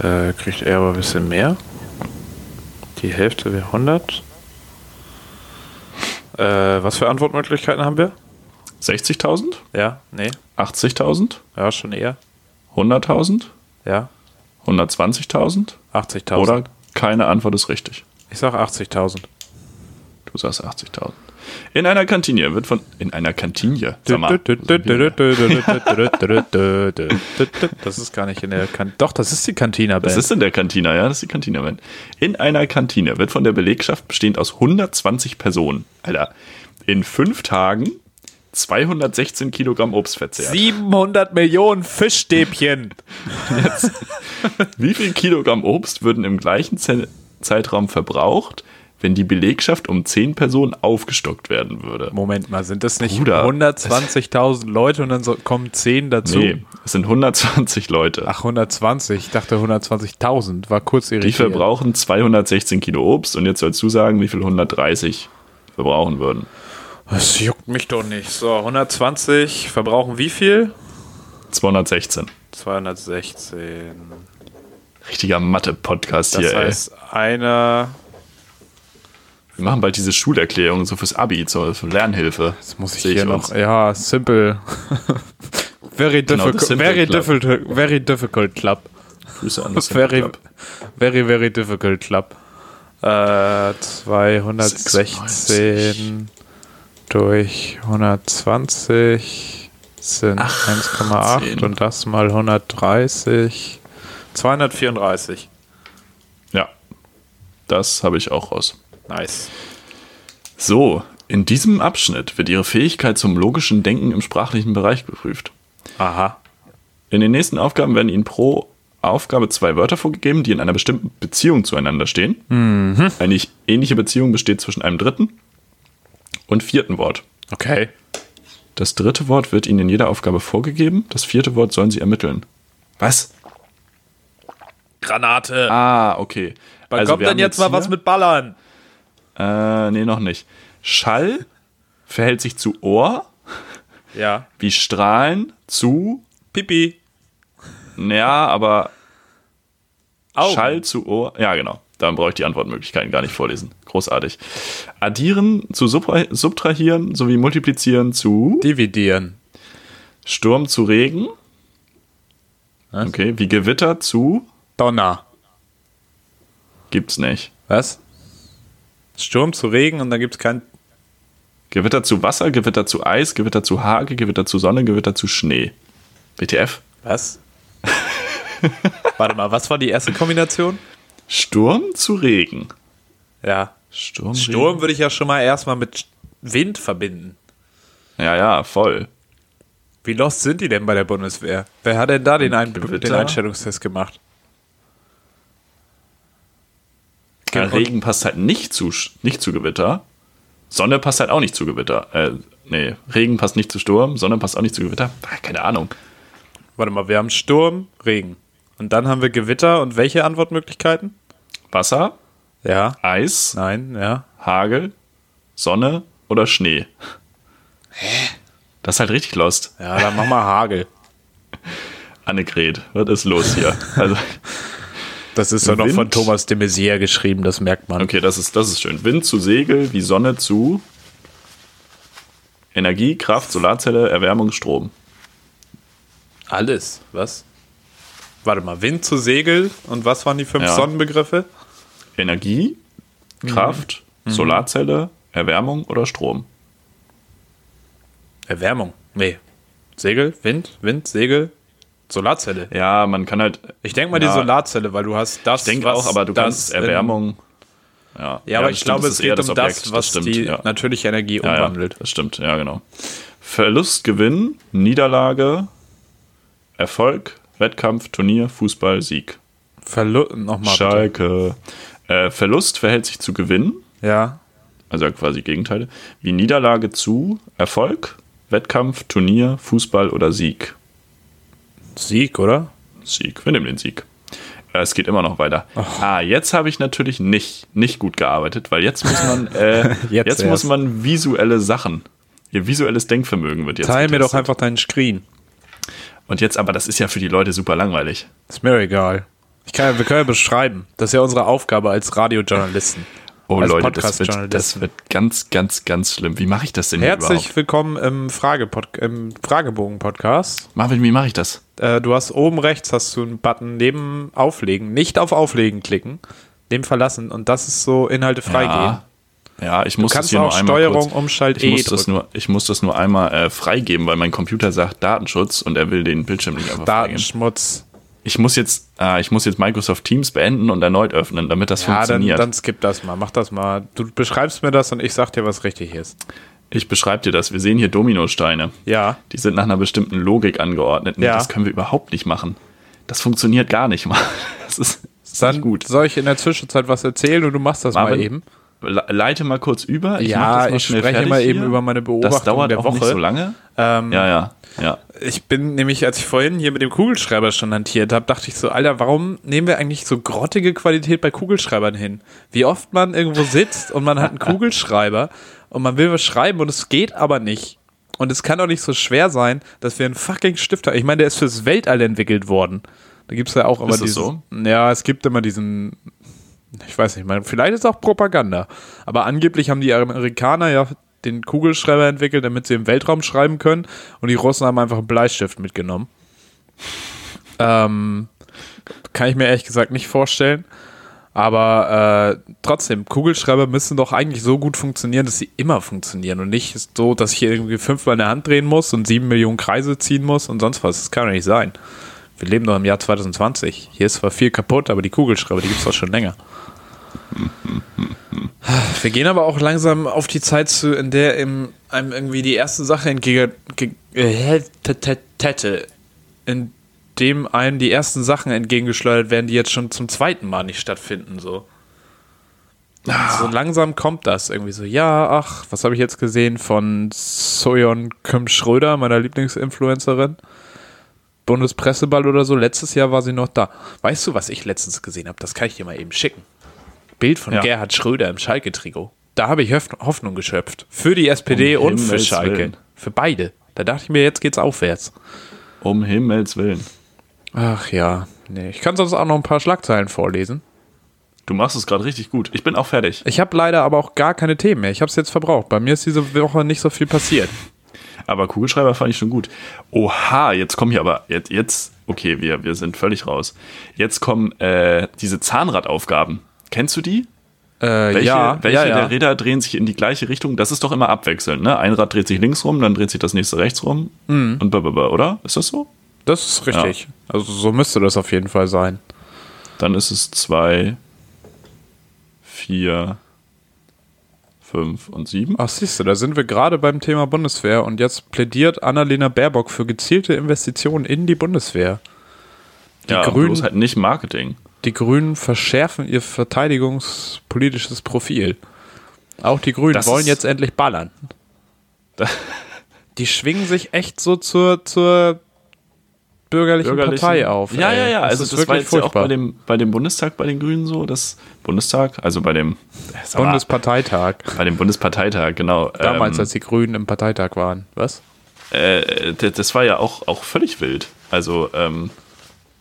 äh, kriegt er aber ein bisschen mehr. Die Hälfte wäre 100. Äh, was für Antwortmöglichkeiten haben wir? 60.000, Ja, nee. 80.000, Ja, schon eher. 100.000, Ja, 120.000 80.000. Oder keine Antwort ist richtig. Ich sag 80.000. Du sagst 80.000. In einer Kantine wird von. In einer Kantine? Sag mal. Das ist gar nicht in der Kantine. Doch, das ist die Das Cantina-Band. ist in der Kantine, ja, das ist die Kantine. Mann. In einer Kantine wird von der Belegschaft bestehend aus 120 Personen, Alter, in fünf Tagen 216 Kilogramm Obst verzehrt. 700 Millionen Fischstäbchen. Wie viel Kilogramm Obst würden im gleichen Ze- Zeitraum verbraucht, wenn die Belegschaft um 10 Personen aufgestockt werden würde? Moment mal, sind das nicht Bruder. 120.000 Leute und dann so, kommen 10 dazu? Nee, es sind 120 Leute. Ach, 120. Ich dachte 120.000. War kurz Die irritiert. verbrauchen 216 Kilo Obst und jetzt sollst du sagen, wie viel 130 verbrauchen würden. Das juckt. Mich doch nicht. So, 120 verbrauchen wie viel? 216. 216. Richtiger Mathe-Podcast Das hier, heißt, einer ey. Wir machen bald diese Schulerklärung so fürs Abi, zur zur Lernhilfe. Das muss ich Sehe hier uns. noch. Ja, simple. very Genau, difficult. das Simple very, Club. difficult very difficult club. Grüße an das Very, Club. very, very difficult club. Äh, 216 durch 120 sind 1,8 und das mal 130. 234. Ja, das habe ich auch raus. Nice. So, in diesem Abschnitt wird Ihre Fähigkeit zum logischen Denken im sprachlichen Bereich geprüft. Aha. In den nächsten Aufgaben werden Ihnen pro Aufgabe zwei Wörter vorgegeben, die in einer bestimmten Beziehung zueinander stehen. Mhm. Eine ähnliche Beziehung besteht zwischen einem dritten und vierten Wort. Okay. Das dritte Wort wird Ihnen in jeder Aufgabe vorgegeben, das vierte Wort sollen Sie ermitteln. Was? Granate. Ah, okay. Wann kommt wir denn haben jetzt mal was mit Ballern? hier- Äh, nee, noch nicht. Schall verhält sich zu Ohr, Ja. wie Strahlen zu. Pipi. Ja, aber Augen. Schall zu Ohr. Ja, genau. Dann brauche ich die Antwortmöglichkeiten gar nicht vorlesen. Großartig. Addieren zu Subtra- subtrahieren sowie multiplizieren zu Dividieren. Sturm zu Regen. Okay, wie Gewitter zu Donner. gibt's nicht. Was? Sturm zu Regen und dann gibt es kein Gewitter zu Wasser, Gewitter zu Eis, Gewitter zu Hagel, Gewitter zu Sonne, Gewitter zu Schnee. WTF? Was? Warte mal, was war die erste Kombination? Sturm zu Regen. Ja. Sturm, Sturm würde ich ja schon mal erstmal mit Wind verbinden. Regen. Ja, ja, voll. Wie lost sind die denn bei der Bundeswehr? Wer hat denn da den, Ein den Gewitter? Einstellungstest gemacht? Ja, Und- Regen passt halt nicht zu, Sch- nicht zu Gewitter. Sonne passt halt auch nicht zu Gewitter. Äh, nee, Regen passt nicht zu Sturm, Sonne passt auch nicht zu Gewitter. Ah, Keine Ahnung. Warte mal, wir haben Sturm, Regen. Und dann haben wir Gewitter und welche Antwortmöglichkeiten? Wasser, Ja, Eis, nein, ja. Hagel, Sonne oder Schnee. Hä? Das ist halt richtig lost. Ja, dann mach mal Hagel. Annegret, was ist los hier? Also, Das ist doch noch Wind? von Thomas de Maizière geschrieben, das merkt man. okay, das ist, das ist schön. Wind zu Segel, wie Sonne zu Energie, Kraft, Solarzelle, Erwärmung, Strom. Alles, was? Warte mal, Wind zu Segel und was waren die fünf Ja. Sonnenbegriffe? Energie, Mhm. Kraft, Solarzelle, Erwärmung oder Strom. Erwärmung. Nee. Segel, Wind, Wind, Segel, Solarzelle. Ja, man kann halt. Ich denke mal Ja. die Solarzelle, weil du hast das. Ich denke was auch, aber du das kannst in- Erwärmung. Ja, Ja, aber das ich stimmt, glaube, es es ist eher geht um das, was stimmt, die ja. natürliche Energie Ja, ja, umwandelt. das stimmt, ja, genau. Verlust, Gewinn, Niederlage, Erfolg, Wettkampf, Turnier, Fußball, Sieg. Verlu nochmal. Ah, bitte. Schalke. Äh, Verlust verhält sich zu Gewinn, Ja. also quasi Gegenteile, wie Niederlage zu Erfolg, Wettkampf, Turnier, Fußball oder Sieg. Sieg, oder? Sieg. Wir nehmen den Sieg. Äh, Es geht immer noch weiter. Oh. Ah, jetzt habe ich natürlich nicht, nicht gut gearbeitet, weil jetzt muss man, äh, Jetzt jetzt muss erst. man visuelle Sachen. Ihr visuelles Denkvermögen wird jetzt. Teil mir doch getestet. einfach deinen Screen. Und jetzt, aber das ist ja für die Leute super langweilig. Ist mir egal. Ich kann, ja- wir können ja beschreiben. Das ist ja unsere Aufgabe als Radiojournalisten. Oh Als Leute, das wird, Podcast-Journalist. das wird ganz, ganz, ganz schlimm. Wie mache ich das denn hier Herzlich überhaupt? willkommen im, Fragepod- im Fragebogen-Podcast. Marvin, wie mache ich das? Äh, du hast oben rechts hast du einen Button neben Auflegen. Nicht auf Auflegen klicken, neben Verlassen. Und das ist so Inhalte freigeben. Ja, ja ich muss das kannst hier auch nur einmal Steuerung, kurz, Umschalt, ich E muss das drücken. nur, Ich muss das nur einmal äh, freigeben, weil mein Computer sagt Datenschutz und er will den Bildschirm nicht einfach freigeben. Datenschmutz. ich muss jetzt, ah, ich muss jetzt Microsoft Teams beenden und erneut öffnen, damit das Ja, dann, funktioniert. dann skip das mal. Mach das mal. Du beschreibst mir das und ich sag dir, was richtig ist. ich beschreibe dir das. Wir sehen hier Dominosteine. Ja. Die sind nach einer bestimmten Logik angeordnet. Nee, Ja. Das können wir überhaupt nicht machen. Das funktioniert gar nicht mal. Das ist, das ist Dann nicht gut. soll ich in der Zwischenzeit was erzählen und du machst das mal Marvin, eben. le- Leite mal kurz über. Ja, mach das mal ich schnell spreche fertig mal eben hier. über meine Das Beobachtung dauert der auch nicht Woche. so lange. Ähm, ja, ja, ja. Ich bin nämlich, als ich vorhin hier mit dem Kugelschreiber schon hantiert habe, dachte ich so, Alter, warum nehmen wir eigentlich so grottige Qualität bei Kugelschreibern hin? Wie oft man irgendwo sitzt und man hat einen Kugelschreiber und man will was schreiben und es geht aber nicht. Und es kann doch nicht so schwer sein, dass wir einen fucking Stift haben. Ich meine, der ist fürs Weltall entwickelt worden. Da gibt's ja auch immer Ist das diesen. so? Ja, es gibt immer diesen ich weiß nicht, man, vielleicht ist auch Propaganda. Aber angeblich haben die Amerikaner ja den Kugelschreiber entwickelt, damit sie im Weltraum schreiben können. Und die Russen haben einfach einen Bleistift mitgenommen. Ähm, kann ich mir ehrlich gesagt nicht vorstellen. Aber äh, trotzdem, Kugelschreiber müssen doch eigentlich so gut funktionieren, dass sie immer funktionieren und nicht so, dass ich hier irgendwie fünfmal in der Hand drehen muss und sieben Millionen Kreise ziehen muss und sonst was. Das kann doch nicht sein. Wir leben doch im Jahr 2020. Hier ist zwar viel kaputt, aber die Kugelschreiber, die gibt es doch schon länger. Wir gehen aber auch langsam auf die Zeit zu, in der im, einem irgendwie die erste Sache äh, entgegengeschleudert in dem einem die ersten Sachen entgegengeschleudert werden, die jetzt schon zum zweiten Mal nicht stattfinden, so. So langsam kommt das irgendwie so. Ja, ach, was habe ich jetzt gesehen von Soyon Kim Schröder, meiner Lieblingsinfluencerin? Bundespresseball oder so. Letztes Jahr war sie noch da. Weißt du, was ich letztens gesehen habe? Das kann ich dir mal eben schicken. Bild von Ja. Gerhard Schröder im Schalke-Trikot. Da habe ich Höf- Hoffnung geschöpft. Für die SPD und für Um Himmels Schalke. Willen. Für beide. Da dachte ich mir, jetzt geht's aufwärts. Um Himmels Willen. Ach ja. Nee, ich kann sonst auch noch ein paar Schlagzeilen vorlesen. Du machst es gerade richtig gut. Ich bin auch fertig. Ich habe leider aber auch gar keine Themen mehr. Ich habe es jetzt verbraucht. Bei mir ist diese Woche nicht so viel passiert. Aber Kugelschreiber fand ich schon gut. Oha, jetzt kommen hier aber, jetzt, jetzt okay, wir, wir sind völlig raus. Jetzt kommen äh, diese Zahnradaufgaben. Kennst du die? Äh, Welche, ja, welche ja, ja. der Räder drehen sich in die gleiche Richtung? Das ist doch immer abwechselnd, ne? Ein Rad dreht sich links rum, dann dreht sich das nächste rechts rum Mhm. und blablabla, oder? Ist das so? das ist richtig. Also so müsste das auf jeden Fall sein. Dann ist es 2, 4, 5 und 7. Ach, siehst du, da sind wir gerade beim Thema Bundeswehr und jetzt plädiert Annalena Baerbock für gezielte Investitionen in die Bundeswehr. Ja, aber Grünen- bloß halt nicht Marketing. Die Grünen verschärfen ihr verteidigungspolitisches Profil. Auch die Grünen Das wollen ist- jetzt endlich ballern. Da- Die schwingen sich echt so zur, zur bürgerlichen, Partei auf. Ja, ey. ja, ja. Also das, ist war wirklich jetzt ja auch furchtbar. bei dem, bei dem Bundestag, bei den Grünen so, das Bundestag, also bei dem sag mal, Bundesparteitag. bei dem Bundesparteitag, genau. Damals, ähm, als die Grünen im Parteitag waren. Was? äh, d- das war ja auch, auch völlig wild. Also ähm,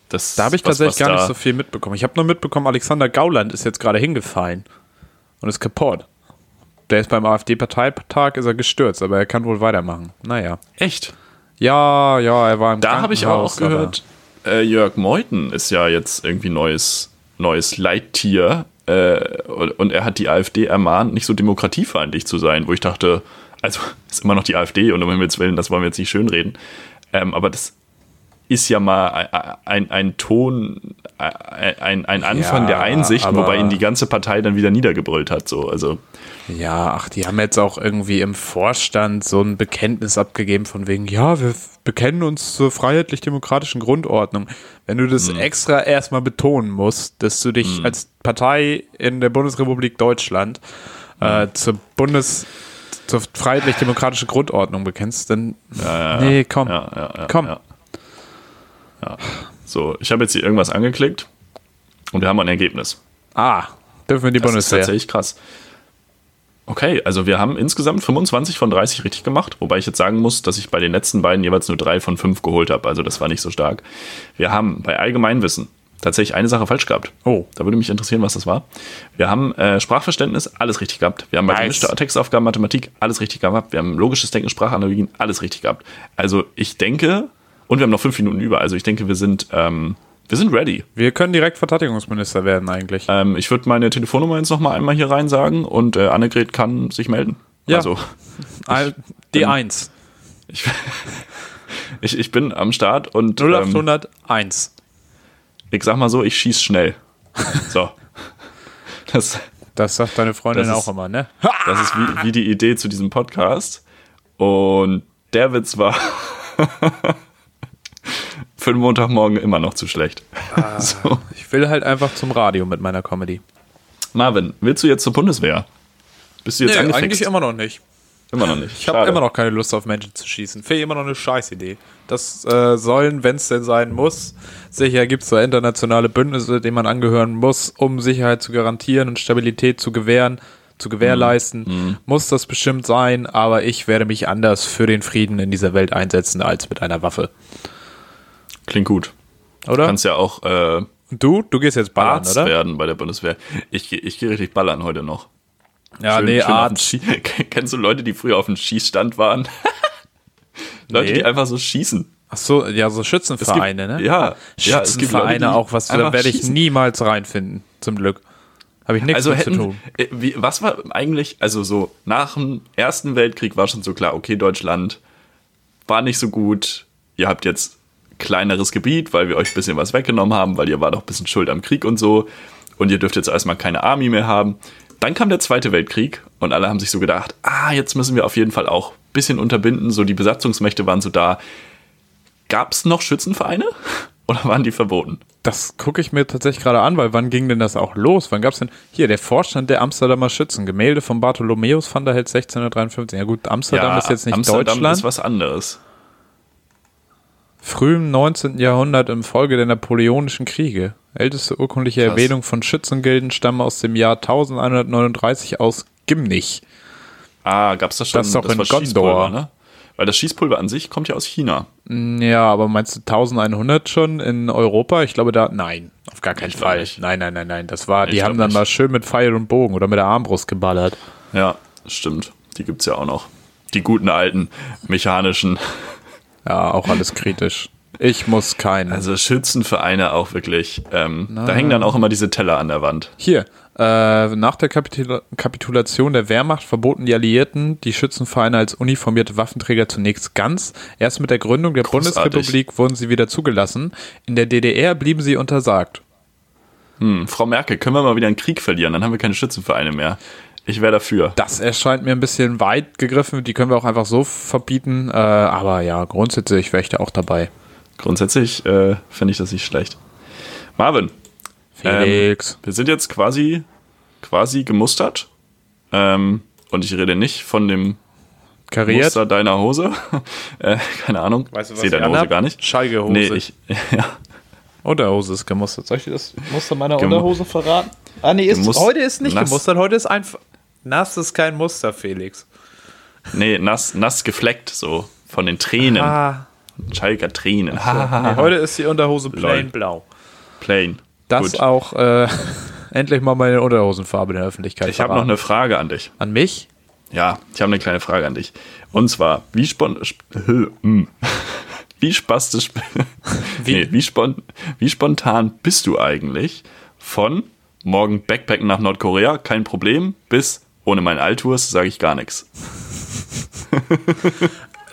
das Da habe ich was- tatsächlich was gar nicht da- so viel mitbekommen. Ich habe nur mitbekommen, Alexander Gauland ist jetzt gerade hingefallen und ist kaputt. Der ist beim AfD-Parteitag ist er gestürzt, aber er kann wohl weitermachen. Naja. echt. Ja, ja, er war im Da habe ich auch Krankenhaus, aber- gehört, äh, Jörg Meuthen ist ja jetzt irgendwie neues, neues Leittier äh, und und er hat die AfD ermahnt, nicht so demokratiefeindlich zu sein, wo ich dachte, also ist immer noch die AfD und um Himmels Willen, das wollen wir jetzt nicht schönreden. Ähm, aber das ist ja mal ein, ein, ein Ton, ein, ein- ein Anfang Ja, der Einsicht, aber- wobei ihn die ganze Partei dann wieder niedergebrüllt hat. So. Also Ja, ach, die haben jetzt auch irgendwie im Vorstand so ein Bekenntnis abgegeben von wegen, ja, wir f- bekennen uns zur freiheitlich-demokratischen Grundordnung. Wenn du Hm. das extra erstmal betonen musst, dass du dich als Partei in der Bundesrepublik Deutschland äh, Hm. zur Bundes zur freiheitlich-demokratischen Grundordnung bekennst, dann nee, komm, Ja, ja, ja, komm. Ja. ja. So, ich habe jetzt hier irgendwas angeklickt und wir haben ein Ergebnis. Ah, dürfen wir die Das ist Bundeswehr. tatsächlich krass. Okay, also wir haben insgesamt 25 von 30 richtig gemacht, wobei ich jetzt sagen muss, dass ich bei den letzten beiden jeweils nur drei von fünf geholt habe. Also das war nicht so stark. Wir haben bei Allgemeinwissen tatsächlich eine Sache falsch gehabt. Oh. Da würde mich interessieren, was das war. Wir haben äh, Sprachverständnis, alles richtig gehabt. Wir haben bei Nice. gemischter Textaufgaben, Mathematik, alles richtig gehabt. Wir haben logisches Denken, Sprachanalogien, alles richtig gehabt. Also ich denke, und wir haben noch fünf Minuten über, also ich denke, wir sind, ähm, wir sind ready. Wir können direkt Verteidigungsminister werden eigentlich. Ähm, ich würde meine Telefonnummer jetzt nochmal einmal hier rein sagen und äh, Annegret kann sich melden. Ja. Also Al- die 1. Ähm, ich, ich, ich bin am Start und ähm, 0801. ich sag mal so, ich schieß schnell. So. Das, Das sagt deine Freundin Das auch ist- immer, ne? das ist wie, wie die Idee zu diesem Podcast. Und der Witz war für den Montagmorgen immer noch zu schlecht. Ah. So. Ich will halt einfach zum Radio mit meiner Comedy. Marvin, willst du jetzt zur Bundeswehr? Bist du jetzt angefixt? immer noch nicht. immer noch nicht. Ich habe Schade. immer noch keine Lust auf Menschen zu schießen. Finde ich immer noch eine Scheißidee. Das äh, sollen, wenn es denn sein muss, sicher gibt es da internationale Bündnisse, denen man angehören muss, um Sicherheit zu garantieren und Stabilität zu gewähren, zu gewährleisten. Mhm. Muss das bestimmt sein, aber ich werde mich anders für den Frieden in dieser Welt einsetzen als mit einer Waffe. Klingt gut. Oder? Kannst ja auch äh, Und du? Du gehst jetzt ballern, Arzt oder? werden bei der Bundeswehr. Ich, geh- ich gehe richtig ballern heute noch. Ja, Ah, Schön- nee, schön auf Arzt. dem Schie- Kennst du Leute, die früher auf dem Schießstand waren? Leute, Nee. die einfach so schießen. Ach so, ja, so gibt- Schützenvereine, ne? ja, ja, es gibt Leute, Schützenvereine die auch, was da einfach werde ich schießen. niemals reinfinden, zum Glück. Habe ich nichts Also mit zu hätten, tun. äh, wie, was war eigentlich, also so nach dem Ersten Weltkrieg war schon so klar, okay, Deutschland war nicht so gut, ihr habt jetzt kleineres Gebiet, weil wir euch ein bisschen was weggenommen haben, weil ihr wart auch ein bisschen schuld am Krieg und so und ihr dürft jetzt erstmal keine Army mehr haben. Dann kam der Zweite Weltkrieg und alle haben sich so gedacht, ah, jetzt müssen wir auf jeden Fall auch ein bisschen unterbinden, so die Besatzungsmächte waren so da. Gab es noch Schützenvereine oder waren die verboten? Das gucke ich mir tatsächlich gerade an, weil wann ging denn das auch los? Wann gab's denn hier der Vorstand der Amsterdamer Schützen? Gemälde von Bartholomäus van der Held 1653. Ja gut, Amsterdam ist jetzt nicht Amsterdam Deutschland. ist was anderes. Früh im 19. Jahrhundert im Folge der Napoleonischen Kriege. Älteste urkundliche Erwähnung von Schützengilden stammen aus dem Jahr 1139 aus Gimnich. Ah, gab's das schon? Das ist doch in war Gondor. Schießpulver, ne? Weil das Schießpulver an sich kommt ja aus China. Ja, aber meinst du 1100 schon in Europa? Ich glaube da, nein, auf gar keinen Ich glaub Fall. nicht. Nein, nein, nein, nein. Das war, Ich die haben glaub dann nicht. mal schön mit Pfeil und Bogen oder mit der Armbrust geballert. Ja, stimmt. Die gibt's ja auch noch. Die guten alten mechanischen. Ja, auch alles kritisch. Ich muss keinen. Also Schützenvereine auch wirklich. Ähm, da hängen dann auch immer diese Teller an der Wand. Hier, Äh, nach der Kapitul Kapitulation der Wehrmacht verboten die Alliierten die Schützenvereine als uniformierte Waffenträger zunächst ganz. Erst mit der Gründung der Großartig. Bundesrepublik wurden sie wieder zugelassen. In der DDR blieben sie untersagt. Hm, Frau Merkel, können wir mal wieder einen Krieg verlieren? Dann haben wir keine Schützenvereine mehr. Ich wäre dafür. Das erscheint mir ein bisschen weit gegriffen. Die können wir auch einfach so verbieten. Äh, aber ja, grundsätzlich wäre ich da auch dabei. Grundsätzlich äh, finde ich das nicht schlecht. Marvin, Ähm, Felix. wir sind jetzt quasi, quasi gemustert. Ähm, und ich rede nicht von dem Kariert. Muster deiner Hose. äh, keine Ahnung. Weißt du, was Seh ich deine Hose anhab? gar nicht. Schalke Hose. Nee, ich, ja, Unterhose Oh, ist gemustert. Soll ich dir das Muster meiner Gem- Unterhose verraten? Ah, nee, ist, Gemus- heute ist nicht nass. gemustert, heute ist einfach. Nass ist kein Muster, Felix. nee nass, nass gefleckt, so von den Tränen. Ah, Schalker Tränen. Ah. nee, heute ist die Unterhose plain Lol. blau. Plain. Das Gut. auch äh, endlich mal meine Unterhosenfarbe in der Öffentlichkeit. Ich habe noch verraten. eine Frage an dich. An mich? Ja, ich habe eine kleine Frage an dich. Und zwar, wie spon... sp- hm. Wie spastisch... Wie? Nee, wie, spon wie spontan bist du eigentlich von morgen Backpacken nach Nordkorea, kein Problem, bis ohne meinen Altours sage ich gar nichts.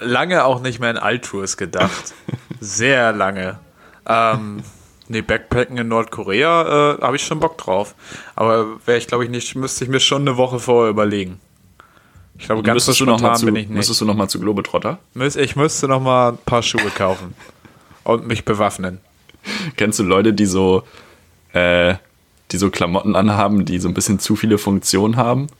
Lange auch nicht mehr in Altours gedacht. Sehr lange. Ähm, nee, Backpacken in Nordkorea äh, habe ich schon Bock drauf. Aber wäre ich, glaube ich, nicht, müsste ich mir schon eine Woche vorher überlegen. Ich glaube, ganz so Müsstest du noch spontan mal zu, bin ich nicht. müsstest du noch mal zu Globetrotter? Müs- Ich müsste noch mal ein paar Schuhe kaufen. und mich bewaffnen. Kennst du Leute, die so, äh, die so Klamotten anhaben, die so ein bisschen zu viele Funktionen haben?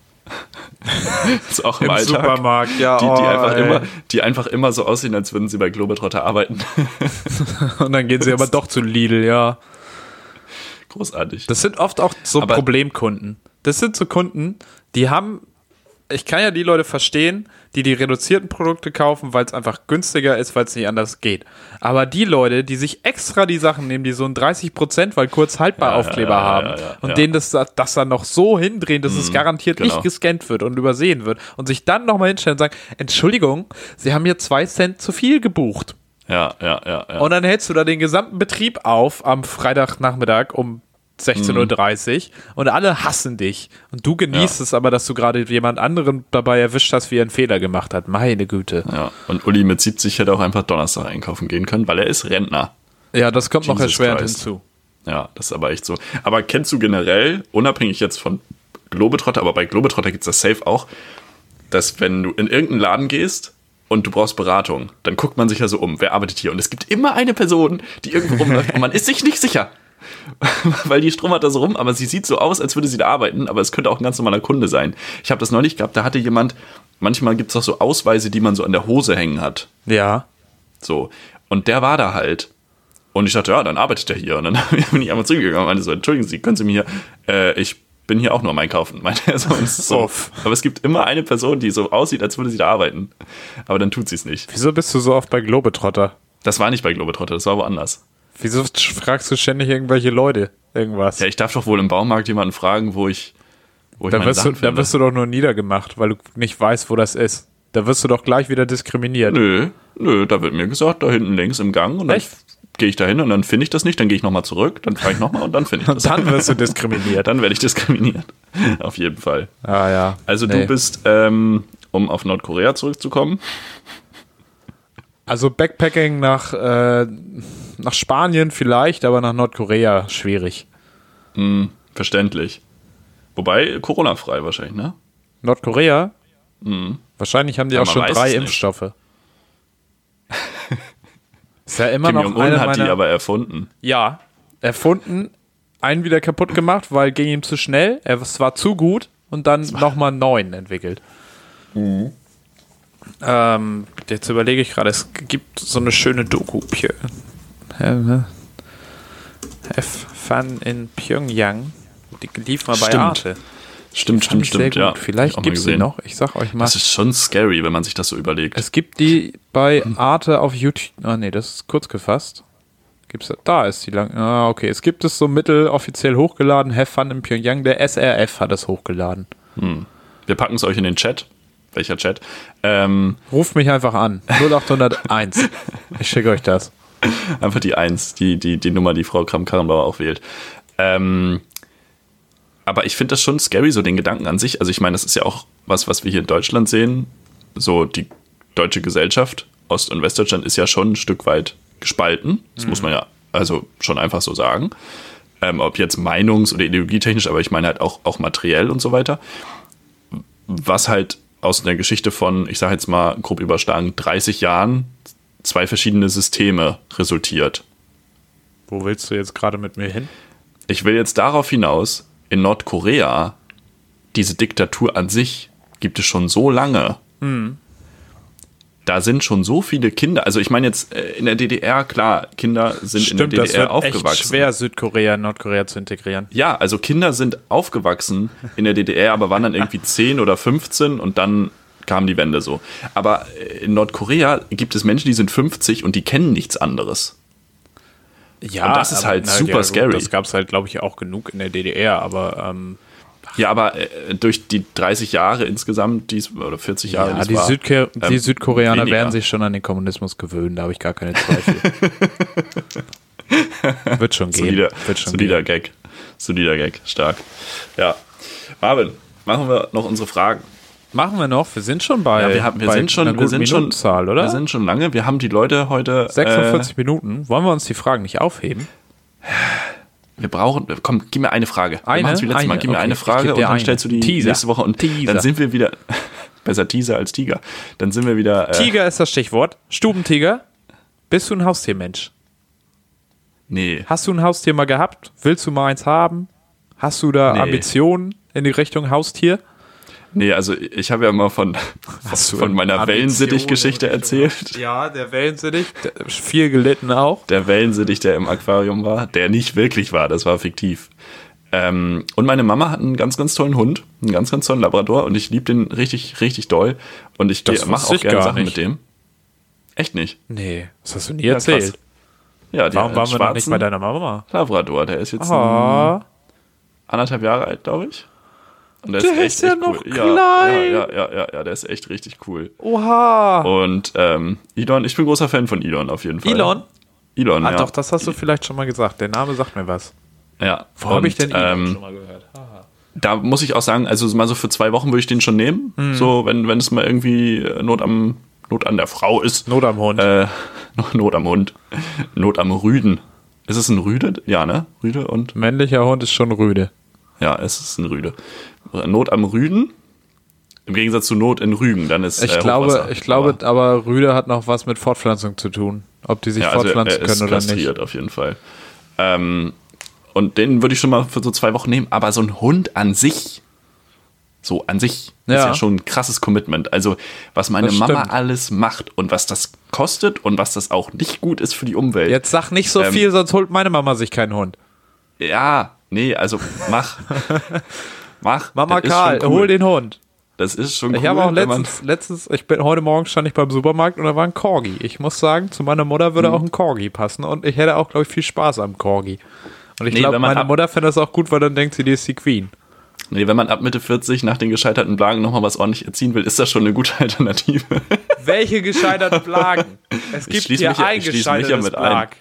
Das ist auch im, Im Alltag. Supermarkt, ja, Die, die, oh, einfach ey. immer, die einfach immer so aussehen, als würden sie bei Globetrotter arbeiten. Und dann gehen sie aber doch zu Lidl, ja. Großartig. Das sind oft auch so Aber- Problemkunden. Das sind so Kunden, die haben. Ich kann ja die Leute verstehen, die die reduzierten Produkte kaufen, weil es einfach günstiger ist, weil es nicht anders geht. Aber die Leute, die sich extra die Sachen nehmen, die so einen 30%, weil kurz haltbar Aufkleber ja, haben ja, ja, und ja. denen das, das dann noch so hindrehen, dass es garantiert genau. nicht gescannt wird und übersehen wird und sich dann nochmal hinstellen und sagen, Entschuldigung, Sie haben hier zwei Cent zu viel gebucht. ja, ja, ja. ja. Und dann hältst du da den gesamten Betrieb auf am Freitagnachmittag um 16.30 Uhr und alle hassen dich. Und du genießt es aber, dass du gerade jemand anderen dabei erwischt hast, wie er einen Fehler gemacht hat. Meine Güte. ja. Und Uli mit 70 hätte auch einfach Donnerstag einkaufen gehen können, weil er ist Rentner. Ja, das kommt noch Jesus erschwerend Christ. hinzu. Ja, das ist aber echt so. Aber kennst du generell, unabhängig jetzt von Globetrotter, aber bei Globetrotter gibt's das safe auch, dass wenn du in irgendeinen Laden gehst und du brauchst Beratung, dann guckt man sich ja so um, wer arbeitet hier. Und es gibt immer eine Person, die irgendwo rumläuft und man ist sich nicht sicher. Weil die strummert da so rum, aber sie sieht so aus, als würde sie da arbeiten, aber es könnte auch ein ganz normaler Kunde sein. Ich habe das neulich gehabt, da hatte jemand, manchmal gibt's auch so Ausweise, die man so an der Hose hängen hat. Ja. So. Und der war da halt. Und ich dachte, ja, dann arbeitet der hier. Und dann bin ich einmal zurückgegangen und meinte so, entschuldigen Sie, können Sie mir hier, äh, ich bin hier auch nur am Einkaufen, meinte er so. Und so. Uff. Aber es gibt immer eine Person, die so aussieht, als würde sie da arbeiten. Aber dann tut sie es nicht. Wieso bist du so oft bei Globetrotter? Das war nicht bei Globetrotter, das war woanders. Wieso fragst du ständig irgendwelche Leute irgendwas? Ja, ich darf doch wohl im Baumarkt jemanden fragen, wo ich, wo ich da, meine wirst du, Sachen da finde. wirst du doch nur niedergemacht, weil du nicht weißt, wo das ist. Da wirst du doch gleich wieder diskriminiert. Nö, nö, da wird mir gesagt, da hinten links im Gang. Und dann Echt? gehe ich da hin und dann finde ich das nicht, dann gehe ich nochmal zurück, dann frage ich nochmal und dann finde ich das. Dann wirst du diskriminiert. dann werde ich diskriminiert. Auf jeden Fall. ah ja. Also Nee. du bist, ähm, um auf Nordkorea zurückzukommen, Also Backpacking nach, äh, nach Spanien vielleicht, aber nach Nordkorea schwierig. verständlich. Wobei Corona-frei wahrscheinlich, ne? Nordkorea? Wahrscheinlich haben die Mhm. Ja, auch man schon weiß drei es nicht. Impfstoffe. Ist ja immer Kim noch einer Jong-un hat die meiner, aber erfunden. Ja, erfunden, einen wieder kaputt gemacht, weil ging ihm zu schnell, er es war zu gut und dann nochmal einen neuen entwickelt. Mhm. Ähm, jetzt überlege ich gerade, es gibt so eine schöne Doku. Pjö- äh, ne? F-Fun in Pyongyang. Die lief mal bei Stimmt. Arte. Stimmt, Fand stimmt, ich sehr stimmt, gut. ja. Hab ich Vielleicht auch mal gibt es die gesehen. noch. Ich sag euch mal. Das ist schon scary, wenn man sich das so überlegt. Es gibt die bei Arte auf YouTube. Ah, nee, das ist kurz gefasst. Gibt's da, da ist die lang. Ah, okay. Es gibt es so mitteloffiziell hochgeladen. Have Fun in Pyongyang. Der SRF hat es hochgeladen. Wir packen es euch in den Chat. Welcher Chat? Ähm, Ruft mich einfach an. 0801. ich schicke euch das. einfach die Eins, die, die, die Nummer, die Frau Kram-Karrenbauer auch wählt. Ähm, Aber ich finde das schon scary, so den Gedanken an sich. Also ich meine, das ist ja auch was, was wir hier in Deutschland sehen. So die deutsche Gesellschaft, Ost- und Westdeutschland ist ja schon ein Stück weit gespalten. Das muss man ja also schon einfach so sagen. Ähm, ob jetzt meinungs- oder ideologietechnisch, aber ich meine halt auch, auch materiell und so weiter. Was halt aus einer Geschichte von, ich sage jetzt mal grob überschlagen, 30 Jahren zwei verschiedene Systeme resultiert. Wo willst du jetzt gerade mit mir hin? Ich will jetzt darauf hinaus, in Nordkorea, diese Diktatur an sich gibt es schon so lange. Hm. Da sind schon so viele Kinder, also ich meine jetzt äh, in der DDR, klar, Kinder sind in der das DDR wird aufgewachsen. echt schwer, Südkorea in Nordkorea zu integrieren. Ja, also Kinder sind aufgewachsen in der DDR, aber waren dann irgendwie 10 oder 15 und dann kam die Wende so. Aber äh, in Nordkorea gibt es Menschen, die sind 50 und die kennen nichts anderes. Ja, Und das ist halt super gut, scary. Das gab es halt, glaube ich, auch genug in der DDR, aber ähm, Ja, aber äh, durch die 30 Jahre insgesamt, die es- oder 40 Jahre, ja, es die, war, Südke die ähm, Südkoreaner weniger. werden sich schon an den Kommunismus gewöhnen, da habe ich gar keine Zweifel. wird schon gehen. Solider, wird schon solider Gag. Solider Gag, stark. Ja. Marvin, machen wir noch unsere Fragen. Machen wir noch, wir sind schon bei, Ja, wir, haben, wir bei sind schon, einer wir guten sind schon, Minutenzahl, oder? wir sind schon lange. Wir haben die Leute heute. äh, 46 Minuten. Wollen wir uns die Fragen nicht aufheben? Wir brauchen, komm, gib mir eine Frage. Eine? Wir machen's wie letztes Eine, Mal. Gib mir okay, eine ich geb Frage dir und dann eine. stellst du die Teaser. nächste Woche und Teaser. dann sind wir wieder besser Teaser als Tiger. Dann sind wir wieder äh, Tiger ist das Stichwort. Stubentiger. Bist du ein Haustiermensch? Nee, Hast du ein Haustier mal gehabt? Willst du mal eins haben? Hast du da Nee. Ambitionen in die Richtung Haustier? nee, also ich habe ja mal von von meiner Wellensittich-Geschichte erzählt. Ja, der Wellensittich. Der, viel gelitten auch. Der Wellensittich, der im Aquarium war, der nicht wirklich war, das war fiktiv. Ähm, und meine Mama hat einen ganz, ganz tollen Hund, einen ganz, ganz tollen Labrador und ich liebe den richtig, richtig doll und ich Das mache wusste auch ich gerne gar Sachen nicht. mit dem. Echt nicht? Nee, das hast du nie krass. erzählt. Ja, die Warum hat waren wir einen noch nicht schwarzen bei deiner Mama? Labrador, der ist jetzt ein- Ah, anderthalb Jahre alt, glaube ich. Und der, Der ist, echt, ist ja echt cool. noch klein. Ja, ja, ja, ja, ja, der ist echt richtig cool. Hm. oha. Und ähm, Elon, ich bin großer Fan von Elon auf jeden Fall. Elon? Elon, Ah, ja. doch, das hast du vielleicht schon mal gesagt. Der Name sagt mir was. ja. Wo habe ich Und, denn Elon ähm, schon mal gehört? Da muss ich auch sagen, also mal so für zwei Wochen würde ich den schon nehmen. Hm. So, wenn, wenn es mal irgendwie äh, Not am Not an der Frau ist. Not am Hund. Äh, Not am Hund. Not am Rüden. Ist es ein Rüde? Ja, ne? Rüde und Männlicher Hund ist schon rüde. ja, es ist ein Rüde. Äh, Not am Rüden. Im Gegensatz zu Not in Rügen, dann ist Ich äh, glaube, Hochwasser. ich glaube, aber Rüde hat noch was mit Fortpflanzung zu tun. Ob die sich Ja, also er- fortpflanzen er ist können oder nicht. kastriert auf jeden Fall. Ähm, und den würde ich schon mal für so zwei Wochen nehmen. Aber so ein Hund an sich, so an sich, ist Ja. ja schon ein krasses Commitment. Also was meine Das Mama stimmt. alles macht und was das kostet und was das auch nicht gut ist für die Umwelt. Jetzt sag nicht so Ähm, viel, sonst holt meine Mama sich keinen Hund. Ja, nee, also mach. mach. Mama das ist Karl, schon cool. hol den Hund. Das ist schon Ich cool. habe auch wenn man- letztens, letztens, ich bin heute Morgen stand ich beim Supermarkt und da war ein Corgi. Ich muss sagen, zu meiner Mutter Hm. würde auch ein Corgi passen und ich hätte auch, glaube ich, viel Spaß am Corgi. Und ich Nee, glaube, wenn man meine ab- Mutter fände das auch gut, weil dann denkt sie, die ist die Queen. Nee, wenn man ab Mitte 40 nach den gescheiterten Blagen nochmal was ordentlich erziehen will, ist das schon eine gute Alternative. Welche gescheiterten Plagen? Es gibt schließe hier mich ja- ein ich schließe mich ja gescheitertes mit ein. Plag.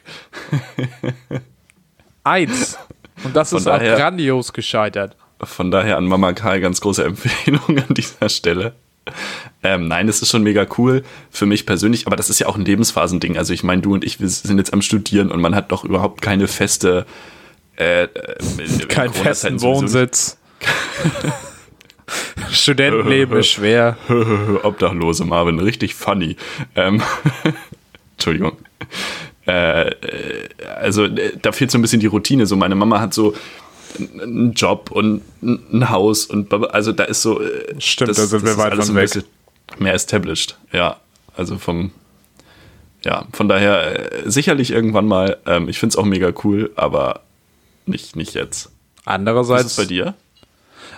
Eins. Und das ist daher- auch grandios gescheitert. Von daher an Mama Karl ganz große Empfehlung an dieser Stelle. Ähm, nein, das ist schon mega cool für mich persönlich, aber das ist ja auch ein Lebensphasending. Also ich meine, du und ich, wir sind jetzt am Studieren und man hat doch überhaupt keine feste... Äh, Kein festen Wohnsitz. Studentenleben ist schwer. Obdachlose, Marvin, richtig funny. Ähm, Entschuldigung. Äh, äh, also äh, da fehlt so ein bisschen die Routine. So meine Mama hat so n- einen Job und n- ein Haus und bla- also da ist so. äh, Stimmt, da sind wir ist weit alles von ein weg. bisschen Mehr established, ja. Also vom ja von daher äh, sicherlich irgendwann mal. Ähm, ich finde es auch mega cool, aber nicht nicht jetzt. Was ist Andererseits, bei dir?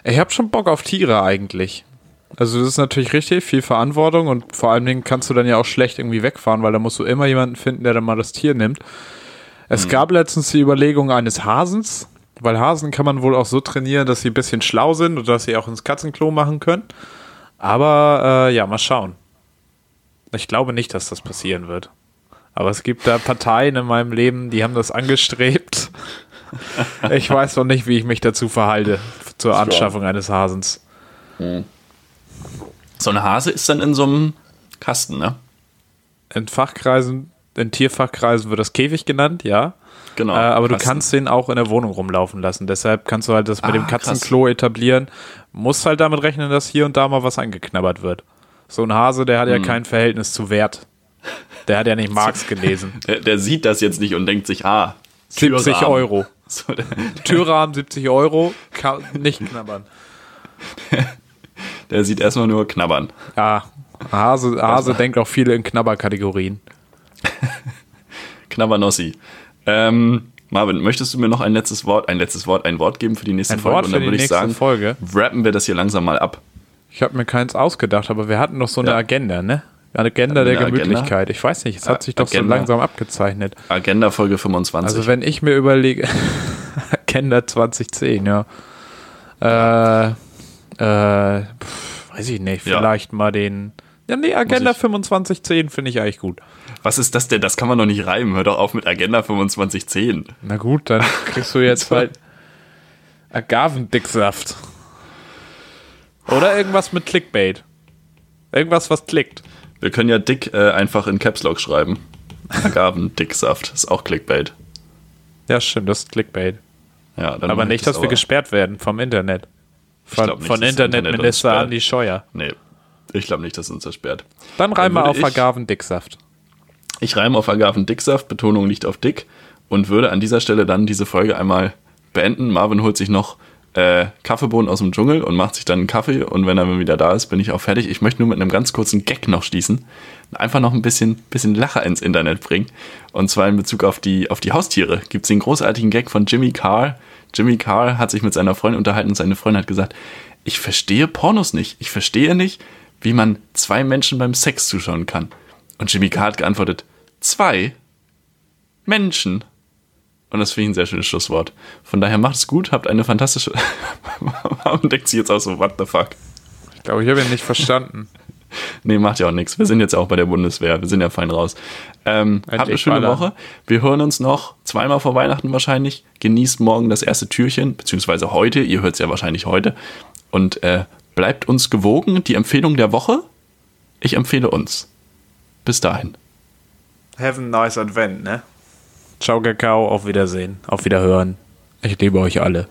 ich habe schon Bock auf Tiere eigentlich. Also das ist natürlich richtig, viel Verantwortung und vor allen Dingen kannst du dann ja auch schlecht irgendwie wegfahren, weil da musst du immer jemanden finden, der dann mal das Tier nimmt. Es gab letztens die Überlegung eines Hasens, weil Hasen kann man wohl auch so trainieren, dass sie ein bisschen schlau sind und dass sie auch ins Katzenklo machen können. Aber äh, ja, mal schauen. Ich glaube nicht, dass das passieren wird. Aber es gibt da Parteien in meinem Leben, die haben das angestrebt. Ich weiß noch nicht, wie ich mich dazu verhalte. zur Anschaffung eines Hasens. So ein Hase ist dann in so einem Kasten, ne? In Fachkreisen, in Tierfachkreisen wird das Käfig genannt, ja. Genau. Äh, aber du Kasten. kannst den auch in der Wohnung rumlaufen lassen. Deshalb kannst du halt das mit Ah, dem krass. Katzenklo etablieren. Musst halt damit rechnen, dass hier und da mal was angeknabbert wird. So ein Hase, der hat Hm. ja kein Verhältnis zu Wert. Der hat ja nicht Marx gelesen. Der, der sieht das jetzt nicht und denkt sich, ah, 70 Türrahmen. Euro. So, der, Türrahmen 70 Euro, ka- nicht knabbern. der sieht erstmal nur knabbern. Ja, Hase, Also. Hase denkt auch viele in Knabberkategorien. Knabbernossi. Ähm, Marvin, möchtest du mir noch ein letztes Wort, ein letztes Wort, ein Wort geben für die nächste Ein Folge? Wort und für dann die würde ich nächste sagen, Folge. rappen wir das hier langsam mal ab. Ich habe mir keins ausgedacht, aber wir hatten noch so eine Ja. Agenda, ne? Eine Agenda wir der eine Agenda? Äh, Gemütlichkeit. Ich weiß nicht, es hat sich doch Agenda. so langsam abgezeichnet. Agenda Folge 25. Also wenn ich mir überlege, Agenda 2010, ja. Äh, äh, pf, weiß ich nicht, Ja. vielleicht mal den. Ja, nee, Agenda ich- 2510 finde ich eigentlich gut. Was ist das denn? Das kann man doch nicht reimen. Hör doch auf mit Agenda 2510. Na gut, dann kriegst du jetzt halt Agavendicksaft. Oder irgendwas mit Clickbait. Irgendwas, was klickt. Wir können ja dick äh, einfach in Caps Lock schreiben. Agaven, Dicksaft. Ist auch Clickbait. Ja, stimmt, das ist Clickbait. Ja, dann Aber macht nicht, dass wir aber- gesperrt werden vom Internet. Von, glaub nicht, von dass das Internet uns Internetminister sperrt. Andi Scheuer. Nee, ich glaube nicht, dass uns das sperrt. Dann rein mal würde auf ich- Agavendicksaft. Ich reime auf Agaven Dicksaft, Betonung liegt auf dick und würde an dieser Stelle dann diese Folge einmal beenden. Marvin holt sich noch äh, Kaffeebohnen aus dem Dschungel und macht sich dann einen Kaffee und wenn er wieder da ist, bin ich auch fertig. Ich möchte nur mit einem ganz kurzen Gag noch schließen. Einfach noch ein bisschen, bisschen Lacher ins Internet bringen. Und zwar in Bezug auf die, auf die Haustiere. Gibt es den großartigen Gag von Jimmy Carr. Jimmy Carr hat sich mit seiner Freundin unterhalten und seine Freundin hat gesagt, ich verstehe Pornos nicht. Ich verstehe nicht, wie man zwei Menschen beim Sex zuschauen kann. Und Jimmy Carr hat geantwortet, zwei Menschen. Und das finde ich ein sehr schönes Schlusswort. Von daher macht es gut, habt eine fantastische. Warum denkt sie jetzt auch so, what the fuck? Ich glaube, ich habe ihn nicht verstanden. Nee, macht ja auch nichts. Wir sind jetzt auch bei der Bundeswehr. Wir sind ja fein raus. Ähm, habt eine Endlich schöne ballern. Woche. Wir hören uns noch zweimal vor Weihnachten wahrscheinlich. Genießt morgen das erste Türchen, beziehungsweise heute. Ihr hört es ja wahrscheinlich heute. Und äh, bleibt uns gewogen. Die Empfehlung der Woche? Ich empfehle uns. Bis dahin. Have a nice Advent, ne? Ciao, Kakao, auf Wiedersehen, auf Wiederhören. Ich liebe euch alle.